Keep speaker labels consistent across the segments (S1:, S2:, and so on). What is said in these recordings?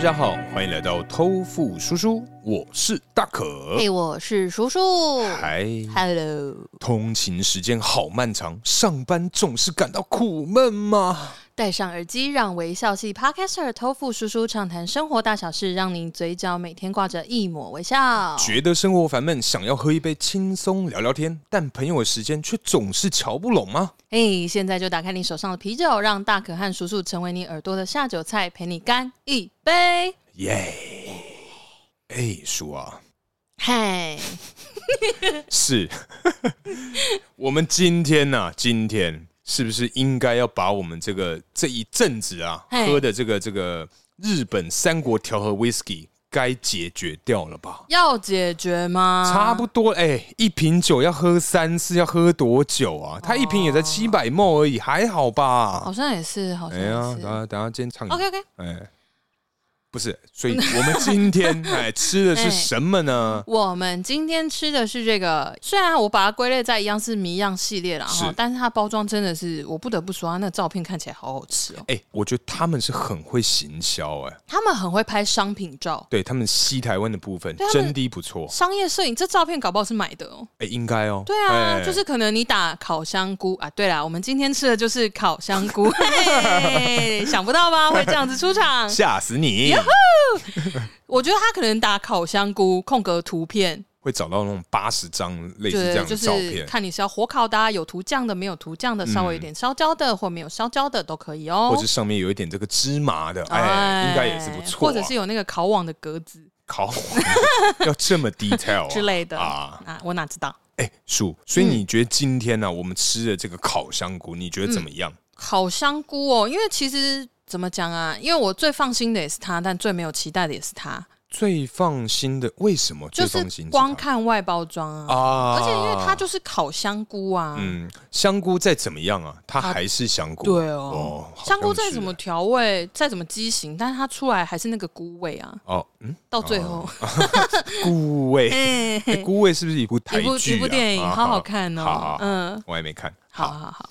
S1: 家好，欢迎来到偷富叔叔，我是大可。
S2: 嘿，我是叔叔。
S1: 嗨，
S2: Hello，
S1: 通勤时间好漫长，上班总是感到苦闷吗？
S2: 戴上耳机，让微笑系 Podcaster 偷富叔叔畅谈生活大小事，让您嘴角每天挂着一抹微笑。
S1: 觉得生活烦闷，想要喝一杯轻松聊聊天，但朋友的时间却总是瞧不拢吗？
S2: 嘿，现在就打开你手上的啤酒，让大可和叔叔成为你耳朵的下酒菜，陪你干一杯。
S1: 耶！哎，叔啊，
S2: 嗨，
S1: 是 我们今天呐、今天是不是应该要把我们这个这一阵子啊
S2: 嘿
S1: 喝的这个这个日本三国调和 whisky 该解决掉了吧？
S2: 要解决吗？
S1: 差不多，哎、一瓶酒要喝三次，要喝多久
S2: 哦
S1: 啊？它一瓶也才七百 ml 而已，还好吧
S2: 好？像也是，好像
S1: 哎
S2: 也
S1: 呀，
S2: 哦是。
S1: 等下等下今天唱
S2: OK OK，
S1: 哎，不是，所以我们今 天哎吃的是什么呢？
S2: 我们今天吃的是这个，虽然啊我把它归类在一样是谜样系列啦，
S1: 是
S2: 哈，但是它包装真的是，我不得不说，它啊那个照片看起来好好吃哦。
S1: 哎、我觉得他们是很会行销，哎，
S2: 他们很会拍商品照，
S1: 对他们西台湾的部分
S2: 对他们
S1: 真的不错，
S2: 商业摄影这照片搞不好是买的哦。
S1: 哎、应该哦，
S2: 对啊，
S1: 哎
S2: 就是可能你打烤香菇啊。对啦，我们今天吃的就是烤香 菇，嘿想不到吧？会这样子出场？
S1: 吓死你，
S2: 我觉得他可能打烤香菇空格图片，
S1: 会找到那种八十张类似这
S2: 对，
S1: 样
S2: 就
S1: 的照
S2: 是
S1: 片。嗯
S2: 看你是要火烤的、啊，有涂酱的，没有涂酱的，稍微有点烧焦的，或没有烧焦的都可以哦。
S1: 或者上面有一点这个芝麻的，哎，应该也是不错啊。
S2: 或者是有那个烤网的格子
S1: 烤 要这么 detail 啊
S2: 之类的
S1: 啊？
S2: 啊，我哪知道？
S1: 哎，叔，所以你觉得今天
S2: 嗯
S1: 呢、我们吃的这个烤香菇，你觉得怎么样？
S2: 烤香菇哦，因为其实怎么讲啊？因为我最放心的也是它，但最没有期待的也是它，
S1: 最放心的，为什么
S2: 就
S1: 最放
S2: 是
S1: 心它？
S2: 光看外包装啊，
S1: 啊
S2: 而且因为它就是烤香菇啊，
S1: 嗯，香菇再怎么样啊，它还是香菇。
S2: 对哦，
S1: 好
S2: 香菇
S1: 像
S2: 再
S1: 是啊
S2: 怎么调味，再怎么畸形，但是它出来还是那个菇味啊，
S1: 哦，嗯，
S2: 到最后，
S1: 菇味，
S2: 哎、
S1: 哎菇味是不是一部台
S2: 一部
S1: 剧、啊？
S2: 一部电影，
S1: 啊
S2: 好好看哦，
S1: 好好好
S2: 嗯，
S1: 我还没看。
S2: 好好好，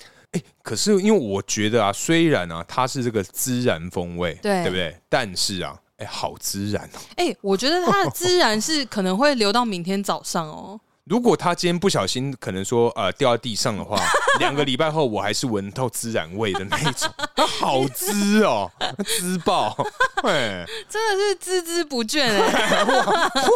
S1: 可是因为我觉得啊，虽然啊，它是这个孜然风味，
S2: 对
S1: 对不对？但是啊，哎，好孜然哦。
S2: 哎、我觉得它的孜然是可能会留到明天早上哦。
S1: 如果它今天不小心可能说呃掉在地上的 话，两个礼拜后我还是闻到孜然味的那一 种，它好滋哦，滋爆，哎，
S2: 真的是孜孜不倦 哎、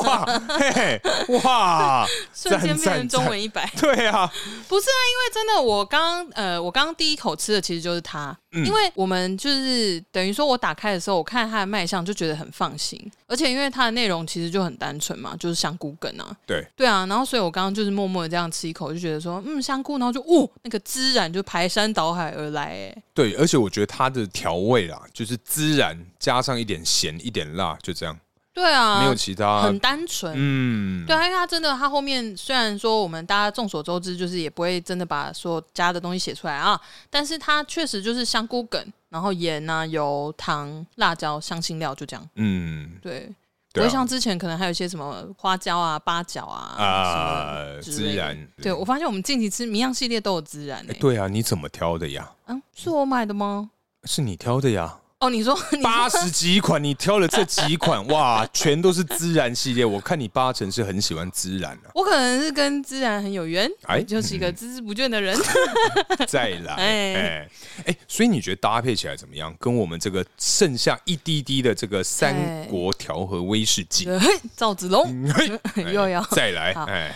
S1: 哇，嘿嘿，哇，
S2: 瞬间变成中
S1: 赞，
S2: 文一百。
S1: 赞对啊，
S2: 不是啊，因为真的，我刚呃，我刚刚第一口吃的其实就是它，
S1: 嗯
S2: 因为我们就是等于说我打开的时候，我看它的卖相就觉得很放心，而且因为它的内容其实就很单纯嘛，就是香菇梗啊，
S1: 对，
S2: 对啊，然后所以我刚刚就是默默的这样吃一口，就觉得说，嗯，香菇，然后就哦，那个孜然就排山倒海而来、哎，
S1: 对，而且我觉得它的调味啦，就是孜然加上一点咸一点辣，就这样，
S2: 对啊，
S1: 没有其他
S2: 很，单纯，
S1: 嗯，
S2: 对啊，因为他真的，他后面虽然说我们大家众所周知，就是也不会真的把所有加的东西写出来啊，但是它确实就是香菇梗，然后盐啊、油、糖、辣椒、香辛料，就这样。
S1: 嗯，
S2: 对，不
S1: 对
S2: 会
S1: 啊
S2: 像之前可能还有一些什么花椒啊、八角啊
S1: 啊
S2: 什么之类
S1: 孜
S2: 的。
S1: 然，
S2: 对，我发现我们近期吃谜样系列都有孜然诶、欸
S1: 哎对啊，你怎么挑的呀？
S2: 嗯，是我买的吗？
S1: 是你挑的呀？
S2: 哦，你说你
S1: 八十几款，你挑了这几款，哇，全都是孜然系列。我看你八成是很喜欢孜然啊。
S2: 我可能是跟孜然很有缘，
S1: 哎
S2: 就是一个孜孜不倦的人。
S1: 再来，哎
S2: 哎
S1: 哎、所以你觉得搭配起来怎么样？跟我们这个剩下一滴滴的这个三国调和威士忌，
S2: 嘿赵子龙
S1: 哎
S2: 又要
S1: 再来，
S2: 好
S1: 哎，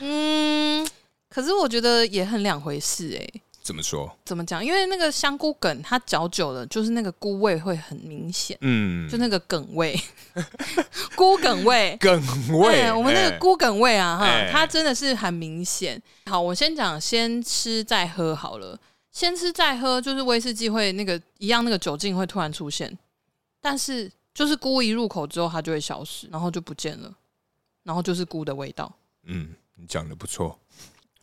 S2: 嗯，可是我觉得也很两回事哎、
S1: 怎么说？
S2: 怎么讲？因为那个香菇梗，它嚼久了，就是那个菇味会很明显，
S1: 嗯
S2: 就，那个梗味， 菇梗味。
S1: 梗味，
S2: 哎我们那个
S1: 哎
S2: 菇梗味啊，哈、
S1: 哎
S2: 它真的是很明显。好，我先讲，先吃再喝好了。先吃再喝，就是威士忌会那个一样，那个酒精会突然出现，但是就是菇一入口之后，它就会消失，然后就不见了，然后就是菇的味道。
S1: 嗯，你讲的不错，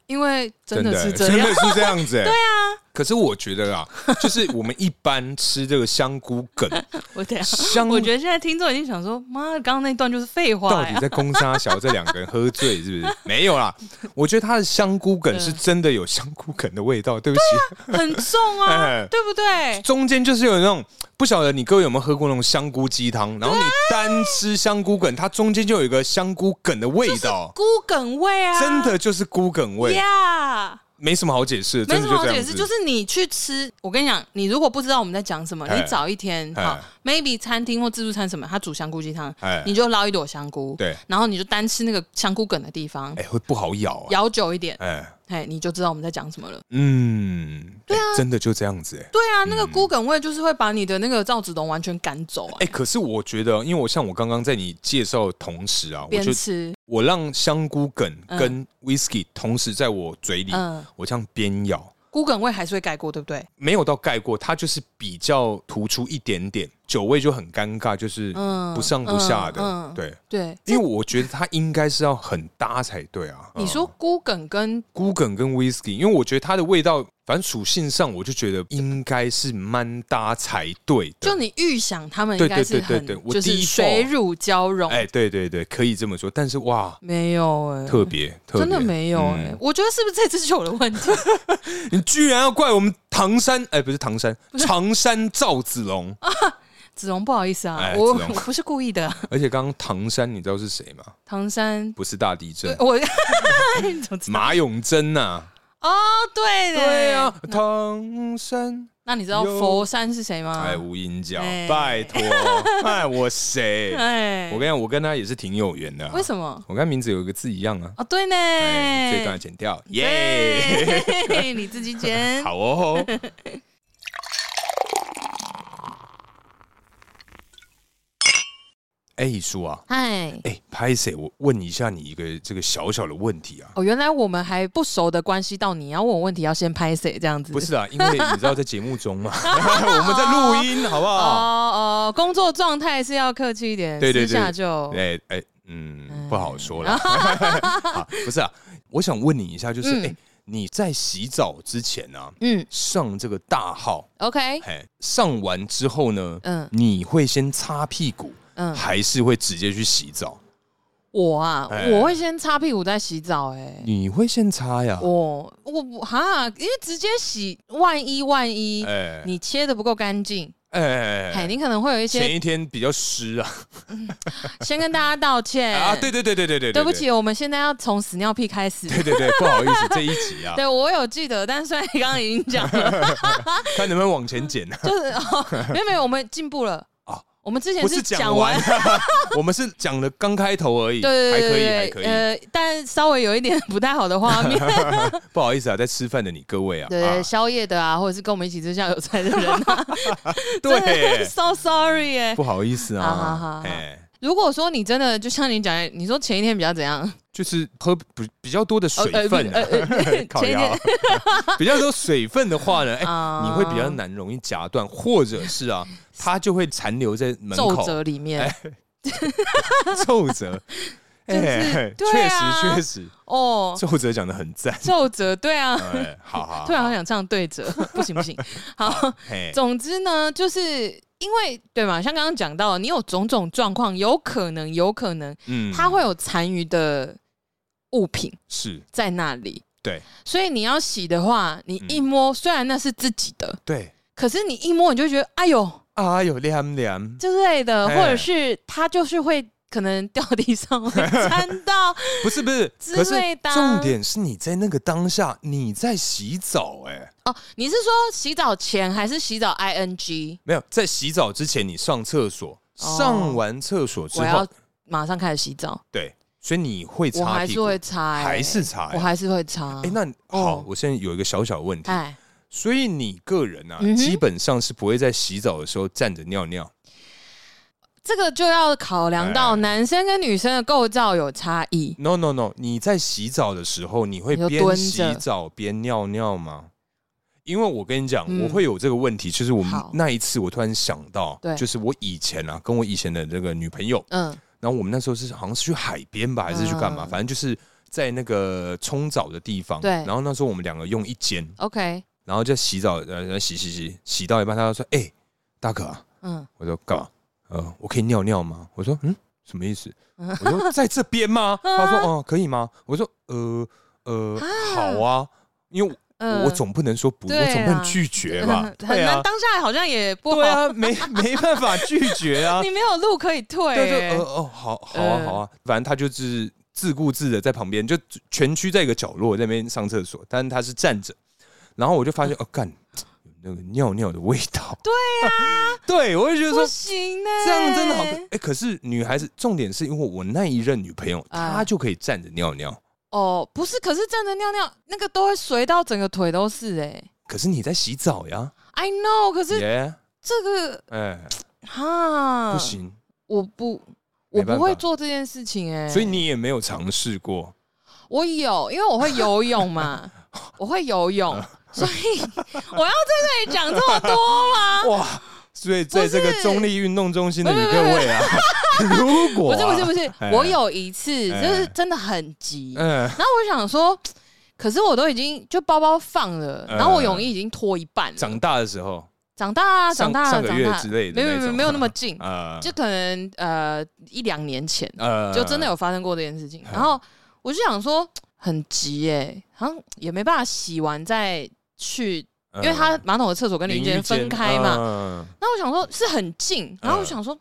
S2: 因为真的是这
S1: 真
S2: 样，
S1: 的是这样子、对啊。可是我觉得啊，就是我们一般吃这个香菇 梗，
S2: 我等一下，
S1: 香
S2: 我觉得现啊在听众已经想说，妈，刚刚那段就是废
S1: 到
S2: 话
S1: 底
S2: 呀。
S1: 在攻杀小这两个人喝醉是不是？没有 啦，我觉得它的香菇梗
S2: 对
S1: 是真的有香菇梗的味道。对不起，
S2: 很重啊
S1: 哎，
S2: 对不对？
S1: 中间就是有那种不晓得你各位有没有喝过那种香菇鸡汤，然后你单吃香菇梗，它中间就有一个香菇梗的味道，
S2: 菇梗味啊，
S1: 真的就是菇梗味，
S2: 呀
S1: 没什么好解释的，
S2: 没
S1: 真
S2: 什
S1: 的
S2: 么
S1: 就
S2: 好
S1: 这
S2: 解
S1: 样
S2: 释，
S1: 子。
S2: 就是你去吃，我跟你讲，你如果不知道我们在讲什么，
S1: 哎
S2: 你找一天
S1: 哎
S2: 好，maybe 餐厅或自助餐什么，它煮香菇鸡汤
S1: 哎，
S2: 你就捞一朵香菇，
S1: 对，
S2: 然后你就单吃那个香菇梗的地方，
S1: 哎，会不好咬啊，
S2: 咬久一点，
S1: 哎，
S2: 哎，你就知道我们在讲什么了。
S1: 嗯，对啊，真的就这样子，哎。
S2: 对啊，那个菇梗味就是会把你的那个赵子龙完全赶走啊
S1: 哎、，可是我觉得，因为我像我刚刚在你介绍的同时啊，我
S2: 边
S1: 就
S2: 吃，
S1: 我让香菇梗跟 whisky 同时在我嘴里，
S2: 嗯，
S1: 我这样边咬，
S2: 菇梗味还是会盖过，对不对？
S1: 没有到盖过，它就是比较突出一点点，酒味就很尴尬，就是
S2: 嗯，
S1: 不上不下的，
S2: 嗯嗯
S1: 对。
S2: 对。
S1: 因为我觉得它应该是要很搭才对啊。
S2: 你说
S1: 嗯
S2: 菇梗跟
S1: 菇梗跟 whisky，因为我觉得它的味道，反正属性上我就觉得应该是蛮搭才对的。
S2: 就你预想他们
S1: 对
S2: 应该是
S1: 对对
S2: 很
S1: 对对我
S2: 就
S1: 第
S2: 是
S1: 一
S2: 水
S1: fois
S2: 乳交融，
S1: 哎、对对对，可以这么说。但是哇，
S2: 没有哎、
S1: 特别特别，
S2: 真的没有哎、
S1: 嗯
S2: 我觉得是不是这支酒的 问题？
S1: 你居然要怪我们唐山？哎、不是唐山，常山赵子龙。
S2: 子龙不好意思啊，
S1: 哎
S2: 我
S1: 子龙
S2: 我不是故 意的，
S1: 而且刚刚唐山，你知道是谁吗？
S2: 唐山。
S1: 不是大地震，
S2: 我你怎么知道
S1: 马永贞呐、
S2: 哦，对的，
S1: 对啊，唐山，
S2: 那你知道
S1: 有
S2: 佛山是谁吗？
S1: 哎，无影脚
S2: 啊哎，
S1: 拜 托，哎，我谁？
S2: 哎
S1: 我跟你讲，我跟他也是挺有缘的、啊。
S2: 为什么？
S1: 我跟他名字有一个字一样啊。
S2: 哦，对呢，
S1: 哎，这一段剪掉，耶、
S2: 对 你自己 剪。
S1: 好哦。哎，乙叔啊，
S2: 嗨，
S1: 哎，拍谁？我问一下你一个这个小小的问题啊，
S2: 哦，原来我们还不熟的关系到你要问我问题，要先拍谁这样子？
S1: 不是啊，因为你知道在节目中嘛，我们在录音，好不
S2: 哦
S1: 好？
S2: 哦，工作状态是要客气一点，
S1: 对对对
S2: 私下就
S1: 哎哎，嗯，
S2: 哦嗯
S1: 不好说了。好不是啊，我想问你一下，就是
S2: 嗯
S1: 哎，你在洗澡之前啊，
S2: 嗯
S1: 上这个大号，
S2: ，OK，
S1: 哎，上完之后呢，
S2: 嗯
S1: 你会先擦屁股，
S2: 嗯，
S1: 还是会直接去洗澡？
S2: 我啊，
S1: 哎
S2: 我会先擦屁股再洗澡、哎。
S1: 你会先擦呀？
S2: 我我我哈，因为直接洗，万一万一、
S1: 哎
S2: 你切的不够干净，
S1: 哎哎
S2: 哎，
S1: 哎，
S2: 你可能会有一
S1: 前
S2: 些。
S1: 一天比较湿啊
S2: 先跟大家道歉
S1: 啊！对对对对对对，
S2: 哎对不，起，我们现在要从屎尿屁开始。
S1: 对对对，不好意思，这一集 啊，
S2: 对我有记得，但虽然你刚刚已经讲了，
S1: 看能不能往前剪啊？
S2: 就是、哦、没有没有，我们进步了
S1: 哦
S2: 我们之前
S1: 不是
S2: 讲
S1: 讲完，啊 我们是讲了刚开头而已，
S2: 对
S1: 还
S2: 对
S1: 可以，
S2: 对
S1: 还
S2: 对
S1: 可
S2: 对，
S1: 以。
S2: 呃， 但稍微有一点不太好的画面，
S1: 不好意思啊，在吃饭的你各位啊，
S2: 对
S1: 啊
S2: 对，宵夜的啊，或者是跟我们一起吃下酒菜的人、啊，真的
S1: 对，
S2: ，so sorry 哎、
S1: 不好意思
S2: 好好好
S1: 啊
S2: 好，
S1: 哎，
S2: 如果说你真的就像你讲的，你说前一天比较怎样？
S1: 就是喝比比较多的水分啊，
S2: 呃呃
S1: 烤
S2: 前一
S1: 鸭
S2: 天
S1: 比较多水分的话呢，哎，
S2: 啊
S1: 你会比较难容易夹断，或者是 啊，它就会残留在门
S2: 皱
S1: 口
S2: 褶里面、
S1: 哎 皱褶。
S2: 就是
S1: 哎
S2: 对
S1: 确
S2: 啊
S1: 实确实，
S2: 哦，
S1: 皱褶讲的很赞。
S2: 皱褶对 啊，
S1: 哎，好好，
S2: 突然好想唱对折，不行不 行，好，
S1: 嘿，
S2: 总之呢，就是因为对嘛，像刚刚讲到，你有种种状况，有可能有可能
S1: 嗯
S2: 它会有残余的物品
S1: 是
S2: 在那里，
S1: 对
S2: 所以你要洗的话，你
S1: 嗯
S2: 一摸，虽然那是自己的，
S1: 对，
S2: 可是你一摸你就会觉得哎呦
S1: 啊，有凉凉，
S2: 之类的，或
S1: 哎
S2: 者是它就是会可能掉地上会沾 到，
S1: 不是不 是，
S2: 之
S1: 可是
S2: 类的啊
S1: 重点是你在那个当下你在洗澡、哎，
S2: 哦，你是说洗澡前还是洗澡 ing？
S1: 没有在洗澡之前你上厕所，
S2: 哦
S1: 上完厕所之
S2: 我要
S1: 后，
S2: 马上开始洗澡，
S1: 对，所以你会
S2: 我
S1: 擦
S2: 还
S1: 屁
S2: 是
S1: 股，
S2: 会擦、欸，
S1: 还是擦、
S2: 我
S1: 哎
S2: 还是会擦。
S1: 哎、那你
S2: 哦
S1: 好，我现在有一个小小问题，
S2: 哎，
S1: 所以你个人啊，
S2: 嗯哼
S1: 基本上是不会在洗澡的时候站着尿尿，
S2: 这个就要考量到
S1: 哎
S2: 男生跟女生的构造有差异。
S1: no no no，你在洗澡的时候，你会
S2: 你就
S1: 边
S2: 蹲
S1: 洗
S2: 着
S1: 澡边尿尿吗？因为我跟你讲，
S2: 嗯
S1: 我会有这个问题，就是我们
S2: 好
S1: 那一次我突然想到
S2: 对，
S1: 就是我以前啊，跟我以前的这个女朋友，
S2: 嗯，
S1: 然后我们那时候是好像是去海边吧，还是去干嘛？
S2: 嗯
S1: 反正就是在那个冲澡的地方。
S2: 对
S1: 然后那时候我们两个用一间，
S2: OK，
S1: 然后就洗澡，呃，洗洗洗，洗到一半，他就说：“哎、大可、啊，
S2: 嗯，
S1: 我说干嘛？呃，我可以尿尿吗？”我说：“嗯，什么意思？”我说：“在这边吗？” 他说：“哦、可以吗？”我说：“呃呃，好啊，因为我,、
S2: 呃
S1: 我总不能说不，
S2: 对啊
S1: 我总不能拒绝吧？
S2: 很
S1: 对
S2: 难
S1: 啊，
S2: 当下好像也不
S1: 对
S2: 好，
S1: 啊，没没办法拒绝啊。
S2: 你没有路可以退、
S1: 对对，
S2: 欸
S1: 呃哦，好好啊
S2: 呃
S1: 好啊，反正他就是自顾自的在旁边，就全区在一个角落在那边上厕所，但是他是站着，然后我就发现哦干，有那个尿尿的味道。对啊， 对我就觉得
S2: 不
S1: 说
S2: 行欸呢、
S1: 这样真的好可哎、可是女孩子重点是因为我那一任女朋友，
S2: 啊
S1: 她就可以站着尿尿，
S2: 哦，不是，可是站着尿尿那个都会随到整个腿都是哎、
S1: 可是你在洗澡呀，
S2: I know，可是
S1: 耶，
S2: 这嗯个
S1: 哎，
S2: 哈
S1: 不，行，
S2: 我不。
S1: 没
S2: 我
S1: 办
S2: 不会
S1: 法
S2: 做这件事情哎、
S1: 所以你也没有尝试过。
S2: 我有，因为我会游 泳嘛，我会游泳，
S1: 啊
S2: 所以我要在这里讲这么多 吗？
S1: 哇！所以在这个
S2: 不是
S1: 中立运动中心的你各位啊， 如果
S2: 不
S1: 啊
S2: 是不是不是
S1: 哎，
S2: 我有一次
S1: 哎
S2: 就是真的很急，
S1: 嗯
S2: 然后我想说，可是我都已经就包包放了，
S1: 嗯
S2: 然后我泳衣已经脱一半了，
S1: 长大的时候
S2: 长大啊，
S1: 上
S2: 长大
S1: 上
S2: 了，
S1: 个
S2: 长
S1: 月
S2: 大
S1: 之类的
S2: 没
S1: 那
S2: 有没有
S1: 种
S2: 没有那么 近，
S1: 呃
S2: 嗯就可能呃一两年前
S1: 呃
S2: 就真的有发生过这件事情，
S1: 嗯
S2: 然后我就想说很急耶，好像也没办法洗完再去。
S1: 呃，
S2: 因为他马桶的厕所跟淋浴间分开
S1: 嗯
S2: 嘛，
S1: 嘛，
S2: 那我想说是很近，然
S1: 嗯
S2: 后我想说，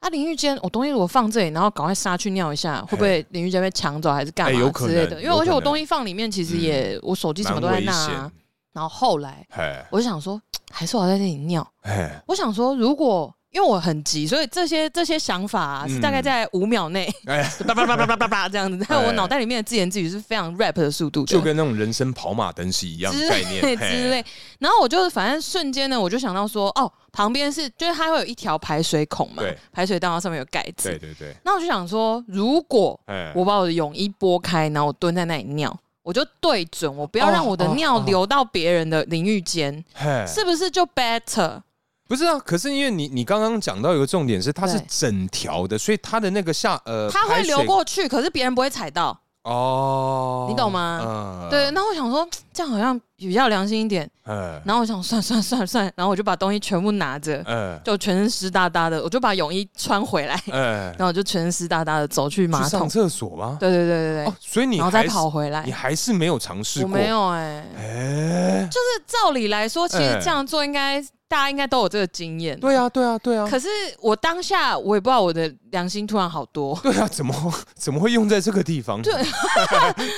S2: 啊淋浴间我东西如果放这里，然后赶快杀去尿一下，会不会淋浴间被抢走还是干
S1: 哎
S2: 嘛
S1: 有可
S2: 之
S1: 能
S2: 类的？因为
S1: 有
S2: 而且我
S1: 可能嗯
S2: 东西放里面，其实也我手机什么都在那
S1: 蛮危
S2: 啊
S1: 险。
S2: 然后后来
S1: 哎
S2: 我就想说，还是我在这里尿。
S1: 哎，
S2: 我想说，如果因为我很急，所以这些这些想法、啊、是大概
S1: 嗯
S2: 在五秒内，
S1: 哎
S2: 叭叭叭叭叭叭叭这样子，在我
S1: 哎
S2: 脑袋里面的自言自语是非常 rap 的速度的，
S1: 就跟那种人生跑马灯是一样
S2: 之
S1: 的
S2: 类
S1: 概念嘿
S2: 之类。然后我就反正瞬间呢，我就想到说，哦，旁边是就是它会有一条排水孔嘛
S1: 对，
S2: 排水道它上面有盖
S1: 对
S2: 子。
S1: 对对，
S2: 那我就想说，如果
S1: 哎，
S2: 我把我的泳衣拨开，然后我蹲在那里尿，我就对准，我不要让我的
S1: 哦哦
S2: 尿
S1: 哦
S2: 流到别人的淋浴间，
S1: 嘿
S2: 是不是就 better？
S1: 不是啊？可是因为你你刚刚讲到一个重点是它是
S2: 对
S1: 整条的，所以它的那个下呃，
S2: 它会
S1: 排水
S2: 流过去，可是别人不会踩到。
S1: 哦，
S2: 你懂吗
S1: 嗯
S2: 对，，那我想说，这样好像比较良心一点。
S1: 哎
S2: 然后我想，算算算算，然后我就把东西全部拿着，
S1: 哎
S2: 就全身湿哒哒的，我就把泳衣穿回来。
S1: 哎，
S2: 然后我就全身湿哒哒的走去马
S1: 去上
S2: 桶，
S1: 厕所吗？
S2: 对对对对对，
S1: 哦，所以你
S2: 然后再
S1: 还是
S2: 跑回来
S1: 你。还是没有尝试
S2: 我
S1: 过，
S2: 没有哎、
S1: 哎，
S2: 就是照理来说，其实
S1: 哎
S2: 这样做应该、大家应该都有这个经验。
S1: 对啊，对啊，对啊，
S2: 可是我当下我也不知道我的良心突然好多，
S1: 对啊，怎么 怎么会用在这个地方？
S2: 对，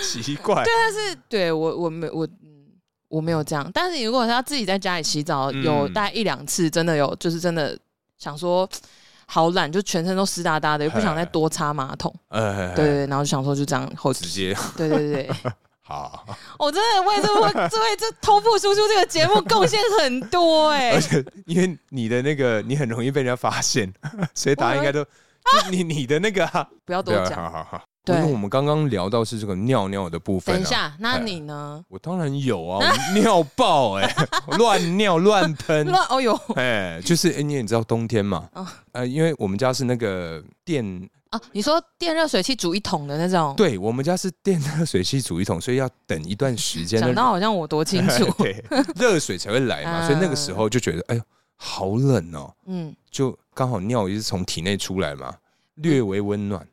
S1: 奇怪。对，
S2: 但是对我我没我嗯我没有这样。但是如果他自己在家里洗澡，
S1: 嗯
S2: 有大概一两次真的有，就是真的想说好懒，就全身都湿哒哒的，又不想再
S1: 哎
S2: 多擦马桶。
S1: 呃
S2: 对对，对，然后就想说就这样后
S1: 直
S2: 期，
S1: 接
S2: 对对对。
S1: 好，
S2: 我真的为这部为这《偷步叔叔》这个节目贡献很多哎、
S1: 而且因为你的那个你很容易被人家发现， 所以答案应该都就你你的那个 啊，
S2: 不要多
S1: 对啊，
S2: 讲。
S1: 好好好。因
S2: 对
S1: 为我们刚刚聊到是这个尿尿的部分，啊
S2: 等一，下，那你呢？
S1: 我当然有 啊，我尿爆哎， 乱尿乱喷，
S2: 乱哦呦
S1: 哎，就是哎，你也知道冬天嘛
S2: 哦，
S1: 呃，因为我们家是那个电
S2: 啊！你说电热水器煮一桶的那种，
S1: 对我们家是电热水器煮一桶，所以要等一段时间
S2: 讲
S1: 的
S2: 到好像我多 清楚。
S1: 对，热水才会来嘛，
S2: 嗯
S1: 所以那个时候就觉得，哎呦，好冷哦，
S2: 嗯，
S1: 就刚好尿也是从体内出来嘛，略微温暖。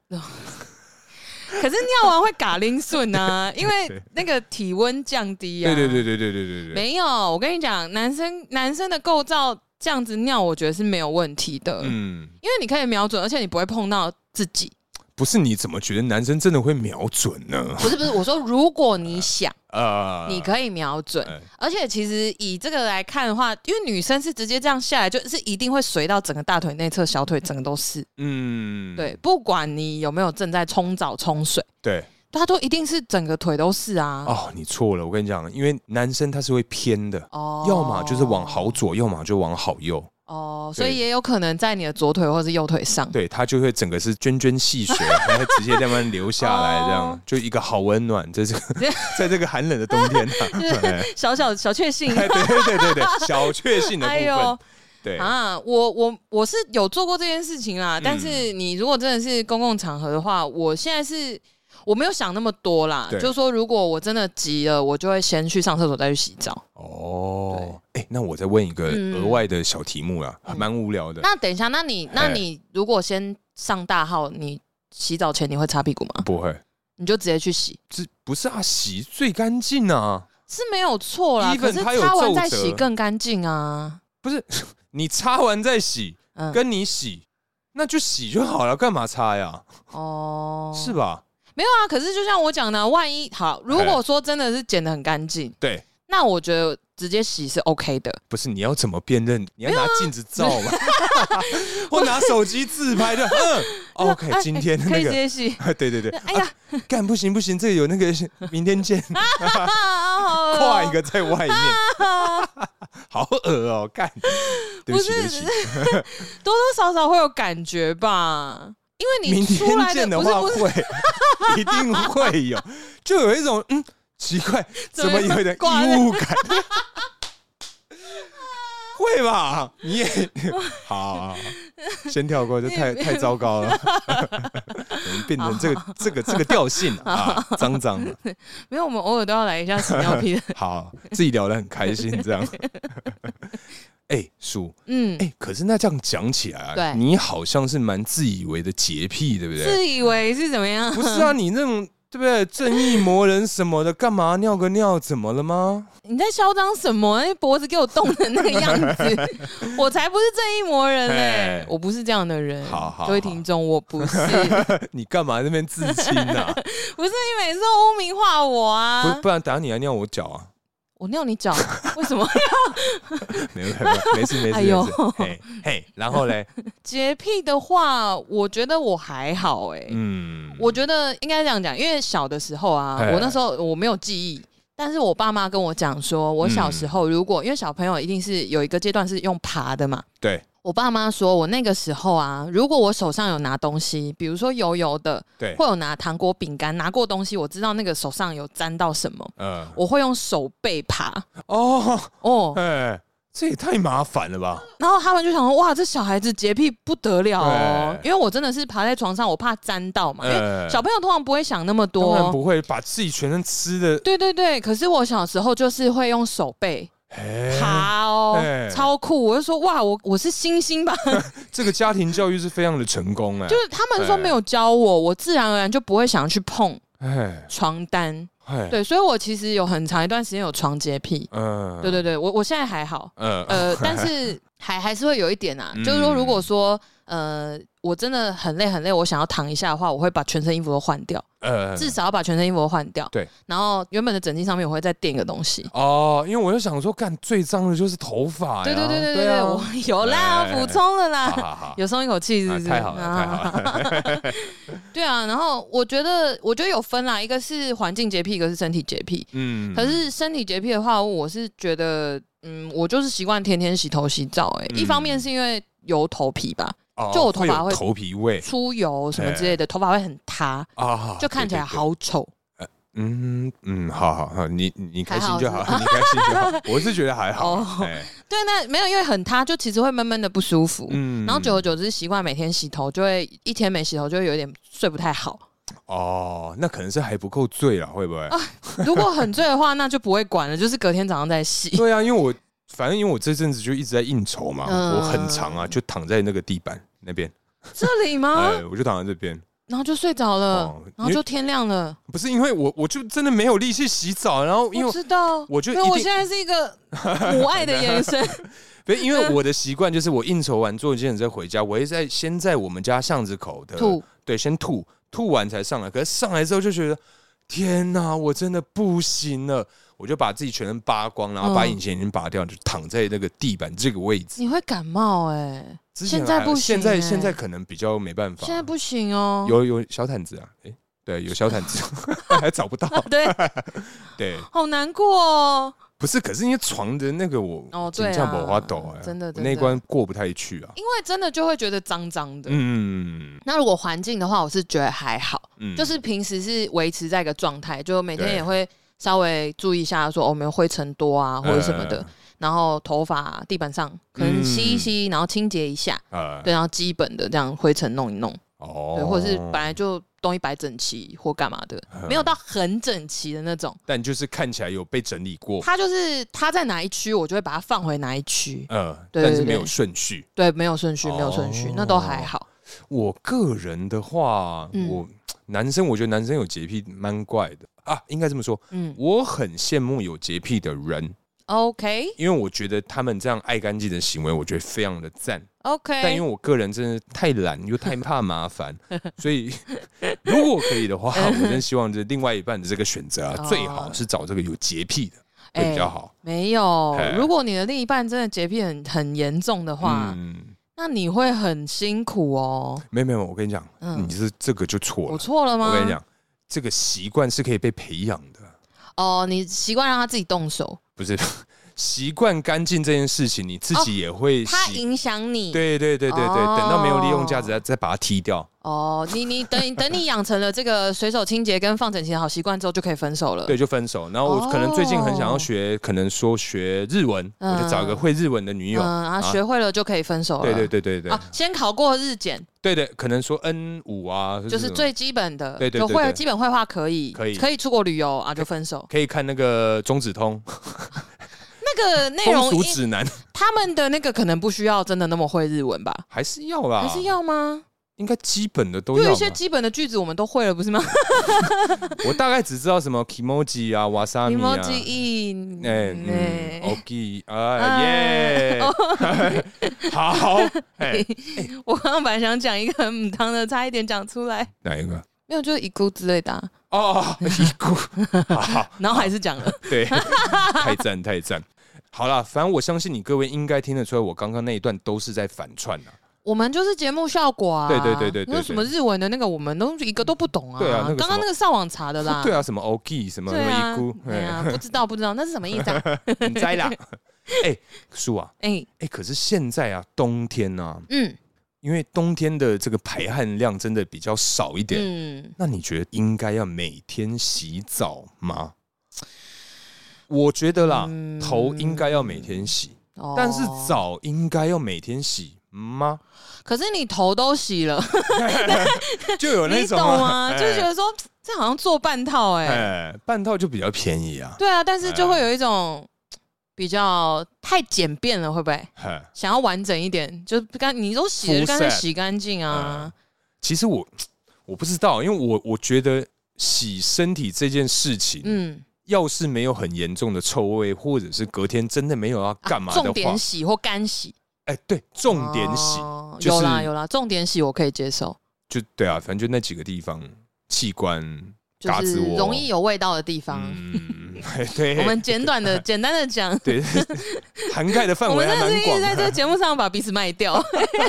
S2: 可是尿完会嘎铃顺 啊，因为那个体温降低啊。
S1: 对对对对对对对对，
S2: 没有，我跟你讲，男生男生的构造这样子尿，我觉得是没有问题的，
S1: 嗯，
S2: 因为你可以瞄准，而且你不会碰到自己。
S1: 不是你怎么觉得男生真的会瞄准呢？
S2: 不是不是，我说如果 你想。
S1: 呃，
S2: 你可以瞄准
S1: 哎，
S2: 而且其实以这个来看的话，因为女生是直接这样下来，就是一定会随到整个大腿内侧、小腿整个都是。
S1: 嗯，
S2: 对，不管你有没有正在冲澡、冲水，
S1: 对，
S2: 它都一定是整个腿都是啊。
S1: 哦，你错了，我跟你讲，因为男生他是会偏的，
S2: 哦
S1: 要么就是往好左，要么就往好右，
S2: 哦，所
S1: 对
S2: 以也有可能在你的左腿或是右腿上。
S1: 对他就会整个是涓涓细水， 然后直接在那边流下来，这样、
S2: 哦
S1: 就一个好温暖，在这
S2: 这
S1: 个在这个寒冷的冬天、啊， 哎
S2: 小小小确幸。
S1: 哎对对对对对，小确幸的部
S2: 哎
S1: 分，
S2: 呦
S1: 对，
S2: 啊，我我我
S1: 嗯
S2: 是有做过这件事情啦，但是你如果真的是公共场合的话，我现在是我没有想那么多啦，
S1: 对
S2: 就是说如果我真的急了，我就会先去上厕所再去洗澡。
S1: 哦，哎、那我再问一个
S2: 嗯
S1: 额外的小题目啦，还蛮无聊的。
S2: 那等一下，那你
S1: 哎
S2: 那你如果先上大号，你洗澡前你会擦屁股吗？
S1: 不会，
S2: 你就直接去洗
S1: 这不是啊，洗最干净啊，
S2: 是没有错啦，
S1: Even
S2: 可是
S1: 它有
S2: 擦完
S1: 皱
S2: 再
S1: 褶
S2: 洗更干净啊。
S1: 不是你擦完再洗，
S2: 嗯，
S1: 跟你洗，那就洗就好了，干嘛擦呀？
S2: 哦，
S1: 是吧？
S2: 没有啊。可是就像我讲的啊，万一好，如果说真的是剪得很干净，
S1: 对，
S2: 那我觉得直接洗是 OK 的。
S1: 不是你要怎么辨认？
S2: 啊
S1: 你要拿镜子照 吗？或拿手机自拍就嗯，OK，
S2: 哎
S1: 今天的
S2: 可
S1: 那
S2: 以直
S1: 个。
S2: 接 洗。
S1: 对对对，
S2: 哎呀，
S1: 啊干不行不行，这个有 那个明天见，
S2: 跨
S1: 跨一个在外面， 好恶哦，干，对不起
S2: 不
S1: 对
S2: 是
S1: 不起，
S2: 多多少少会有感觉吧，因为
S1: 明
S2: 你出
S1: 天
S2: 来
S1: 见
S2: 的
S1: 的
S2: 不是
S1: 话
S2: 不是
S1: 会，一定会有，就有一种嗯奇怪，怎
S2: 怎
S1: 么
S2: 么
S1: 有点
S2: 挂在
S1: 异物感？ 会吧？你也好好好先跳过，这太
S2: 你
S1: 太糟糕 了，我们变成这个这个这个调 性了啊，脏脏的。
S2: 没有，我们偶尔都要来一下屎尿 屁的。
S1: 好，自己聊得很开心，这 样。哎，叔，
S2: 嗯，
S1: 哎，可是那这样讲起来啊，
S2: 对
S1: 你好像是蛮自以为的洁癖，对不对？
S2: 自以为是怎么样？
S1: 不是啊，你那种对不对？正义魔人什么的，干嘛尿个尿？怎么了吗？
S2: 你在嚣张什么？那脖子给我冻成那个样子， 我才不是正义魔人嘞、
S1: 哎
S2: 我不是这样的人。
S1: 好好
S2: 各位
S1: 好
S2: 听众，我不是，
S1: 你干嘛在那边自亲啊？
S2: 不是你每次都污名化我啊
S1: 不，！不然等下你来尿我脚啊？
S2: 我尿你脚，为什么
S1: 没有没有，没事没事
S2: 哎
S1: 没
S2: 呦哎
S1: 事。嘿，嘿，然后 嘞，
S2: 洁癖的话，我觉得我还好哎、
S1: 嗯，
S2: 我觉得应该这样讲，因为小的时候啊
S1: 哎，
S2: 我那时候我没有记忆，但是我爸妈跟我讲说，我小时候如果、因为小朋友一定是有一个阶段是用爬的嘛，
S1: 对
S2: 我爸妈说我那个时候啊，如果我手上有拿东西，比如说油油的，
S1: 对，
S2: 或有拿糖果、饼干，拿过东西，我知道那个手上有沾到什么，
S1: 呃，
S2: 我会用手背爬
S1: 哦，
S2: 哦。
S1: 哎，这也太麻烦了吧？
S2: 然后他们就想说，哇，这小孩子洁癖不得了哦
S1: 哎，
S2: 因为我真的是爬在床上，我怕沾到嘛，因为
S1: 哎
S2: 小朋友通常不会想那么多，
S1: 当然不会把自己全身吃的
S2: 对对对，可是我小时候就是会用手背
S1: 哎
S2: 爬哦，
S1: 哎
S2: 超酷！我就说哇，我我是星星吧？
S1: 这个家庭教育是非常的成功哎
S2: 就，是他们说没有教我，我自然而然就不会想要去碰
S1: 哎
S2: 床单。
S1: 哎，
S2: 对，所以我其实有很长一段时间有床洁癖。
S1: 嗯，
S2: 对，对对，我我现在还好，
S1: 嗯呃，
S2: 呃，但是还还是会有一点啊，
S1: 嗯
S2: 就是说，如果说呃我真的很累很累，我想要躺一下的话，我会把全身衣服都换掉，
S1: 呃
S2: 至少要把全身衣服都换掉。
S1: 对，
S2: 然后原本的枕巾上面我会再垫一个东西。
S1: 哦，因为我就想说，干最脏的就是头发呀，
S2: 对对对对
S1: 对
S2: 对对，
S1: 啊
S2: 我有啦，
S1: 哎
S2: 补充了
S1: 好
S2: 啦，
S1: 好好，
S2: 有松一口气是不
S1: 啊
S2: 是？
S1: 太好了太好
S2: 了。 对啊，然后我觉得我觉得有分啦，一个是环境洁癖，一个是身体洁癖。
S1: 嗯，
S2: 可是身体洁癖的话，我是觉得，嗯，我就是习惯天天洗头洗澡、欸。哎、
S1: 嗯
S2: 一方面是因为油头皮吧，
S1: 哦
S2: 就我头发
S1: 有
S2: 会
S1: 头皮味
S2: 出油什么之类的，头发会很塌，
S1: 啊，
S2: 就看起来
S1: 哎对，
S2: 好丑。
S1: 对对嗯嗯，好好好，你你开心就好，
S2: 还好
S1: 你开心就好，我是觉得还好
S2: 哦，
S1: 哎
S2: 对，那没有，因为很塌，就其实会闷闷的不舒服。
S1: 嗯
S2: 然后久而久之习惯每天洗头，就会一天没洗头就会有点睡不太 好。
S1: 哦，那可能是还不够醉了，会不
S2: 啊
S1: 会？
S2: 如果很醉的话，那就不会管了，就是隔天早上 再洗。
S1: 对啊，因为我反正因为我这阵子就一直在应酬嘛，
S2: 嗯
S1: 我很长啊，就躺在那个地板那边，
S2: 这里吗？
S1: 哎，我就躺在这边，
S2: 然后就睡着了，
S1: 哦
S2: 然后就天亮了。
S1: 不是因为我我就真的没有力气洗澡，然后因
S2: 我
S1: 为
S2: 知道，
S1: 我就
S2: 因为我
S1: 一定
S2: 现在是一个母爱的眼 神。
S1: 不是因为
S2: 嗯
S1: 我的习惯就是我应酬完做一件事再回家，我会在先在我们家巷子口的
S2: 吐，
S1: 对，先吐，吐完才上来。可是上来之后就觉得，天哪，我真的不行了，我就把自己全身扒光，然后把
S2: 嗯
S1: 隐形眼镜拔掉，就躺在那个地板这个位置。
S2: 你会感冒哎、
S1: 之前
S2: 现在
S1: 还
S2: 不
S1: 现
S2: 行
S1: 在
S2: 欸
S1: 现在可能比较没办法。
S2: 现在不行哦。
S1: 有有小毯子啊，哎、对，有小毯子，还找不到。
S2: 对，
S1: 对，
S2: 好难过哦。
S1: 不是，可是因为床的那个我
S2: 哦
S1: 金
S2: 对
S1: 像
S2: 啊
S1: 宝花斗哎，
S2: 真的
S1: 我
S2: 真
S1: 那一
S2: 的
S1: 关过不太去啊。
S2: 因为真的就会觉得脏脏的。
S1: 嗯
S2: 那如果环境的话，我是觉得还好，
S1: 嗯
S2: 就是平时是维持在一个状态，就每天
S1: 对
S2: 也会稍微注意一下说、哦、我们灰尘多
S1: 嗯
S2: 啊或者什么的，然后头发
S1: 嗯
S2: 地板上可能吸一吸，然后清洁一下，
S1: 呃，
S2: 对，然后基本的这样灰尘弄一弄。
S1: 哦
S2: 对，或者是本来就东西摆整齐或干嘛的，
S1: 嗯
S2: 没有到很整齐的那种。
S1: 但就是看起来有被整理过，
S2: 它就是它在哪一区，我就会把它放回哪一区。
S1: 呃，
S2: 对
S1: 但是
S2: 对
S1: 没有
S2: 对
S1: 顺序。
S2: 对，没有顺序，没有顺序，那都
S1: 哦
S2: 还好。
S1: 我个人的话，
S2: 嗯
S1: 我男生我觉得男生有洁癖蛮怪的啊，应该这么说，
S2: 嗯
S1: 我很羡慕有洁癖的人，
S2: ，OK
S1: 因为我觉得他们这样爱干净的行为，我觉得非常的赞。但
S2: OK，
S1: 因为我个人真的太懒又太怕麻 烦，所以如果可以的话，我真希望这另外一半的这个选择啊，
S2: 嗯哦
S1: 最好是找这个有洁癖的会
S2: 哎
S1: 比较好。
S2: 没有
S1: 哎。
S2: 如果你的另一半真的洁癖很很严重的话，
S1: 嗯，
S2: 那你会很辛苦哦。
S1: 没有没有，我跟你讲，
S2: 嗯
S1: 你是这个就错
S2: 我
S1: 了。
S2: 错了吗？
S1: 我跟你讲，这个习惯是可以被培养的，
S2: 哦，你习惯让他自己动手，
S1: 不是 习惯干净这件事情，你自己也会
S2: 哦他
S1: 习。
S2: 影响你。
S1: 对对对对对，
S2: 哦
S1: 等到没有利用价值，再再把它踢掉。
S2: 哦，你你等你等你养成了这个随手清洁跟放整齐的好习惯之后，就可以分手了。
S1: 对，就分手。然后我可能最近很想要
S2: 哦
S1: 学，可能说学日文，我就找一个
S2: 嗯
S1: 会日文的女友。
S2: 嗯啊，
S1: 啊
S2: 学会了就可以分手了。
S1: 对对对对对，
S2: 啊，先考过日检，
S1: 对对，可能说 N 五啊，
S2: 就是是
S1: 什么
S2: 最基本的，
S1: 对对对
S2: 有会了
S1: 对
S2: 基本绘画可以，
S1: 可以
S2: 可以出国旅游啊，就分手。
S1: 可以看那个中指通
S2: 那个内
S1: 风
S2: 容
S1: 俗
S2: 因
S1: 指南，
S2: 他们的那个可能不需要真的那么会日文吧？
S1: 还是要啦，
S2: 还是要吗？
S1: 应该基本的都
S2: 有
S1: 要
S2: 一
S1: 嘛。
S2: 些基本的句子我们都会了，不是吗
S1: 我大概只知道什么 kimoji 啊、wasami 啊。
S2: ？emoji in，
S1: 哎，嗯
S2: 哎
S1: ，OK，啊耶，
S2: 哦
S1: 好，哎，
S2: 我刚刚本来想讲一个母汤的，差一点讲出来，
S1: 哪一个？
S2: 没有，就是一姑之类的啊、
S1: 哦，一股，好好，
S2: 然后还是讲了。
S1: 对，太赞太赞。好啦，反正我相信你各位应该听得出来，我刚刚那一段都是在反串啊。
S2: 我们就是节目效果啊，
S1: 对对对对对
S2: 那什么日文的那个，我们都一个都不懂啊。
S1: 对啊那个什么
S2: 刚刚那个上网查的 啦。
S1: 对啊，什么 OK，什么什
S2: 对
S1: 么一
S2: 啊，
S1: 股，
S2: 对啊，不知道不知道那是什么意思啊？
S1: 你摘啦。 哎、叔啊，
S2: 哎、
S1: 哎、可是现在啊，冬天呢、啊，
S2: 嗯
S1: 因为冬天的这个排汗量真的比较少一点，
S2: 嗯，
S1: 那你觉得应该要每天洗澡吗？我觉得啦，
S2: 嗯
S1: 头应该要每天洗，
S2: 哦
S1: 但是，澡应该要每天洗吗？
S2: 可是你头都洗了，
S1: 就有那
S2: 你
S1: 种
S2: 懂
S1: 啊、
S2: 吗？就觉得说这好像做半套哎、
S1: 哎、哎半套就比较便宜啊。
S2: 对啊，但是就会有一种比较太简便了，会不会？
S1: 哎
S2: 想要完整一点，就干你都洗了，
S1: Full
S2: 就干脆
S1: set
S2: 洗干净啊。
S1: 其实我我不知道，因为我我觉得洗身体这件事情，
S2: 嗯，
S1: 要是没有很严重的臭味，或者是隔天真的没有要
S2: 啊
S1: 干嘛的
S2: 重
S1: 话
S2: 点，洗或干洗，
S1: 哎、对，重点洗、
S2: 哦
S1: 就是
S2: 有啦有啦，重点洗我可以接受，
S1: 就对啊，反正就那几个地方器官，
S2: 就
S1: 嘎吱
S2: 是
S1: 窝
S2: 容易有味道的地方。
S1: 嗯， 对，
S2: 我们简短 的、简单的讲，
S1: 对 涵盖的范
S2: 我
S1: 围
S2: 们
S1: 还
S2: 真的是
S1: 蛮广
S2: 一直
S1: 的，
S2: 在这个节目上把彼此卖掉，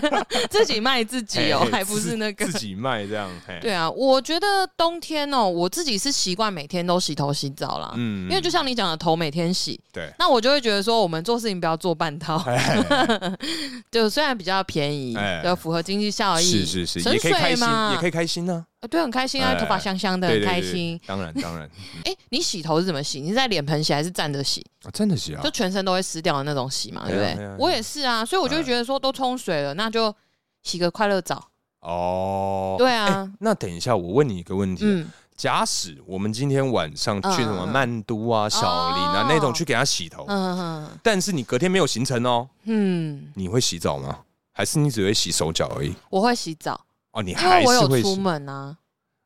S2: 自己卖自己哦
S1: 嘿，
S2: 还不是那个
S1: 自。自己卖这样，嘿
S2: 对，啊，我觉得冬天哦，我自己是习惯每天都洗头洗澡啦，
S1: 嗯
S2: 啊因为就像你讲的，头每天洗，
S1: 对。
S2: 那我就会觉得说，我们做事情不要做半套，
S1: 哎，
S2: 就虽然比较便宜，
S1: 哎
S2: 要符合经济效益，
S1: 是是是，
S2: 省
S1: 也可以开
S2: 水
S1: 心，
S2: 嘛，
S1: 也可以开心呢、
S2: 呃对，很开心啊，
S1: 哎
S2: 头发香香的，
S1: 啊，对嗯对
S2: 很开
S1: 对，
S2: 心。
S1: 当然当 然，
S2: 哎、你洗头是怎么洗？你是在脸盆洗还是站着洗？
S1: 啊真的是啊
S2: 就，全身都会湿掉的那种洗嘛，
S1: 哎
S2: 对
S1: 呀
S2: 不
S1: 哎呀哎
S2: 对
S1: 呀？
S2: 我也是啊，所以我就会觉得说都冲水了，那就洗个快乐澡。
S1: 哦，
S2: 对啊，
S1: 那等一下，我问你一个问题啊，
S2: 嗯，
S1: 假使我们今天晚上去什么
S2: 嗯嗯嗯
S1: 曼都啊、小林啊、
S2: 哦
S1: 那种去给他洗头，
S2: 嗯
S1: 但是你隔天没有行程哦，
S2: 嗯，
S1: 你会洗澡吗？还是你只会洗手脚而已？
S2: 我会洗澡，
S1: 哦，你
S2: 因
S1: 还
S2: 为我
S1: 是
S2: 有
S1: 会
S2: 出
S1: 洗
S2: 门啊。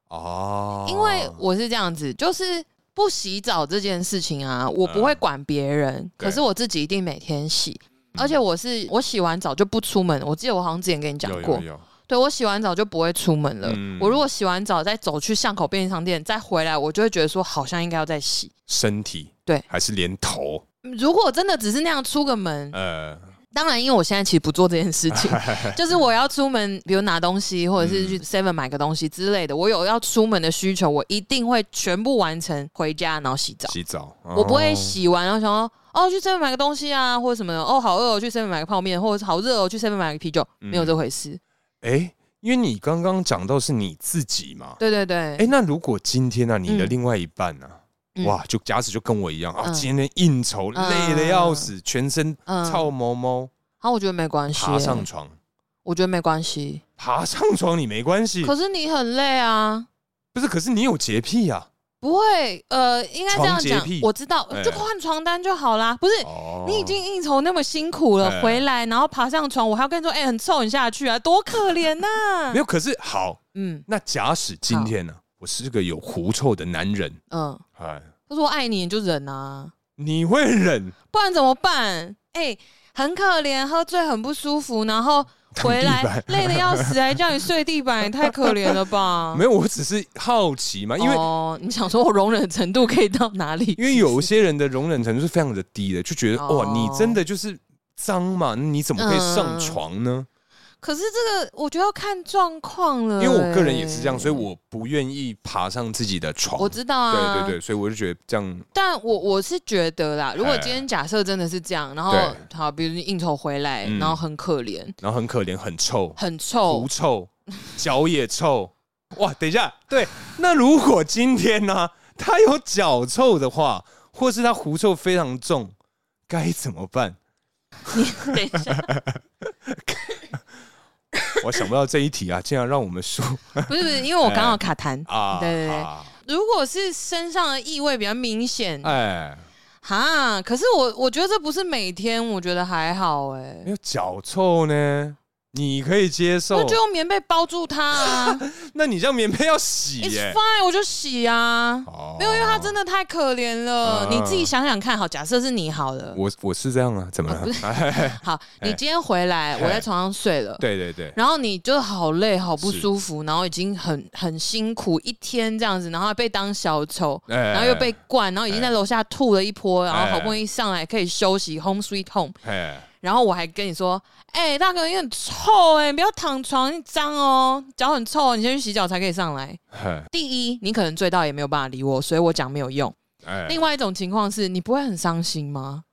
S1: 哦，
S2: 因为我是这样子，就是不洗澡这件事情啊，我不会管别人，
S1: 嗯对嗯
S2: 可是我自己一定每天洗。而且我是我洗完澡就不出门，我记得我好像之前跟你讲
S1: 有
S2: 过
S1: 有，有
S2: 对我洗完澡就不会出门了。
S1: 嗯
S2: 我如果洗完澡再走去巷口便利商店再回来，我就会觉得说好像应该要再洗。
S1: 身体
S2: 对
S1: 还是连头
S2: 如果真的只是那样出个门，
S1: 呃
S2: 当然，因为我现在其实不做这件 事情，就是我要出门，比如拿东西或
S1: 嗯
S2: 者是去 Seven 买个东西之类的，我有要出门的需求，我一定会全部完成，回家然后洗澡。
S1: 洗澡，
S2: 我不会
S1: 哦
S2: 洗完然后想说，哦，去 Seven 买个东西啊，或者什么的，哦，好饿哦，去 Seven 买个泡面，或者是好热哦，去 Seven 买个啤酒，没
S1: 嗯
S2: 有这回事。
S1: 哎，因为你刚刚讲到是你自己嘛，
S2: 对对对，
S1: 哎，那如果今天呢、啊，你的
S2: 嗯
S1: 另外一半呢、啊？
S2: 嗯
S1: 哇，就假使就跟我一样啊，
S2: 嗯
S1: 今天应酬
S2: 嗯
S1: 累的要死，全身
S2: 嗯
S1: 臭毛毛，
S2: 好，我觉得没关系
S1: 爬，上床，
S2: 我觉得没关系，
S1: 爬上床你没关系，
S2: 可是你很累啊，
S1: 不是？可是你有洁癖啊！
S2: 不会，呃，应该这样
S1: 床洁
S2: 讲
S1: 癖，
S2: 我知道，
S1: 哎
S2: 就换床单就好啦。不是，
S1: 哦，
S2: 你已经应酬那么辛苦了，
S1: 哎
S2: 回来然后爬上床，我还要跟你说，哎、很臭，你下去啊，多可怜呐、
S1: 没有。可是好，
S2: 嗯
S1: 那假使今天呢、我是个有狐臭的男人，
S2: 嗯，
S1: 哎，
S2: 他说我爱你，你就忍啊，
S1: 你会忍？
S2: 不然怎么办？哎、很可怜，喝醉很不舒服，然后回
S1: 躺地板
S2: 来累得要死，还叫你睡地板，也太可怜了 吧？
S1: 没有，我只是好奇嘛，因为、
S2: 哦，你想说我容忍程度可以到哪里？
S1: 因为 有些人的容忍程度是非常的低的，就觉得
S2: 哦
S1: 哇，你真的就是脏嘛，你怎么可以上床呢？
S2: 可是这个我觉得要看状况了、
S1: 因为我个人也是这样，
S2: 哎
S1: 所以我不愿意爬上自己的床。
S2: 我知道啊，
S1: 对对对，所以我就觉得这样，
S2: 但我我是觉得啦，如果
S1: 哎
S2: 今天假设真的是这样，然后
S1: 对
S2: 好，比如你应酬回来，
S1: 嗯
S2: 然后很可怜、
S1: 然后很可怜，很臭，
S2: 很
S1: 狐
S2: 臭，
S1: 臭，脚也臭。哇，等一下，对，那如果今天呢、他有脚臭的话，或是他狐臭非常重，该怎么办？
S2: 等一下，
S1: 我想不到这一题啊，竟然让我们输
S2: 不是不是，因为我刚好卡痰。
S1: 啊！
S2: 对对对
S1: 啊
S2: 如果是身上的异味比较明显，
S1: 哎，
S2: 哈，可是我我觉得这不是每天，我觉得还好哎、
S1: 没有脚臭呢，你可以接
S2: 那
S1: 受
S2: 就。用棉被包住它 啊
S1: 那你这样棉被要洗
S2: ，It's
S1: 耶、
S2: fine，我就洗啊。
S1: 哦
S2: 没有，因为他真的太可怜了。
S1: 嗯
S2: 你自己想想看，好，假设是你好了，
S1: 我我是这样啊，怎
S2: 哦
S1: 么了？
S2: 好，你今天回来，
S1: 嗯哎
S2: 我在床上睡了，
S1: 对对对，
S2: 然后你就好累、好不
S1: 是
S2: 舒服，然后已经很很辛苦一天这样子，然后还被当小丑，
S1: 哎
S2: 然后又被灌，然后已经在楼下吐了一波，然后好不容易上来可以休息，home sweet home。
S1: 哎，
S2: 然后我还跟你说，哎、大哥，你很臭哎、不要躺床，你脏哦，脚很臭，你先去洗脚才可以上来。
S1: 哎
S2: 第一，你可能醉到也没有办法理我，所以我讲没有用。
S1: 哎
S2: 另外一种情况是你不会很伤心吗？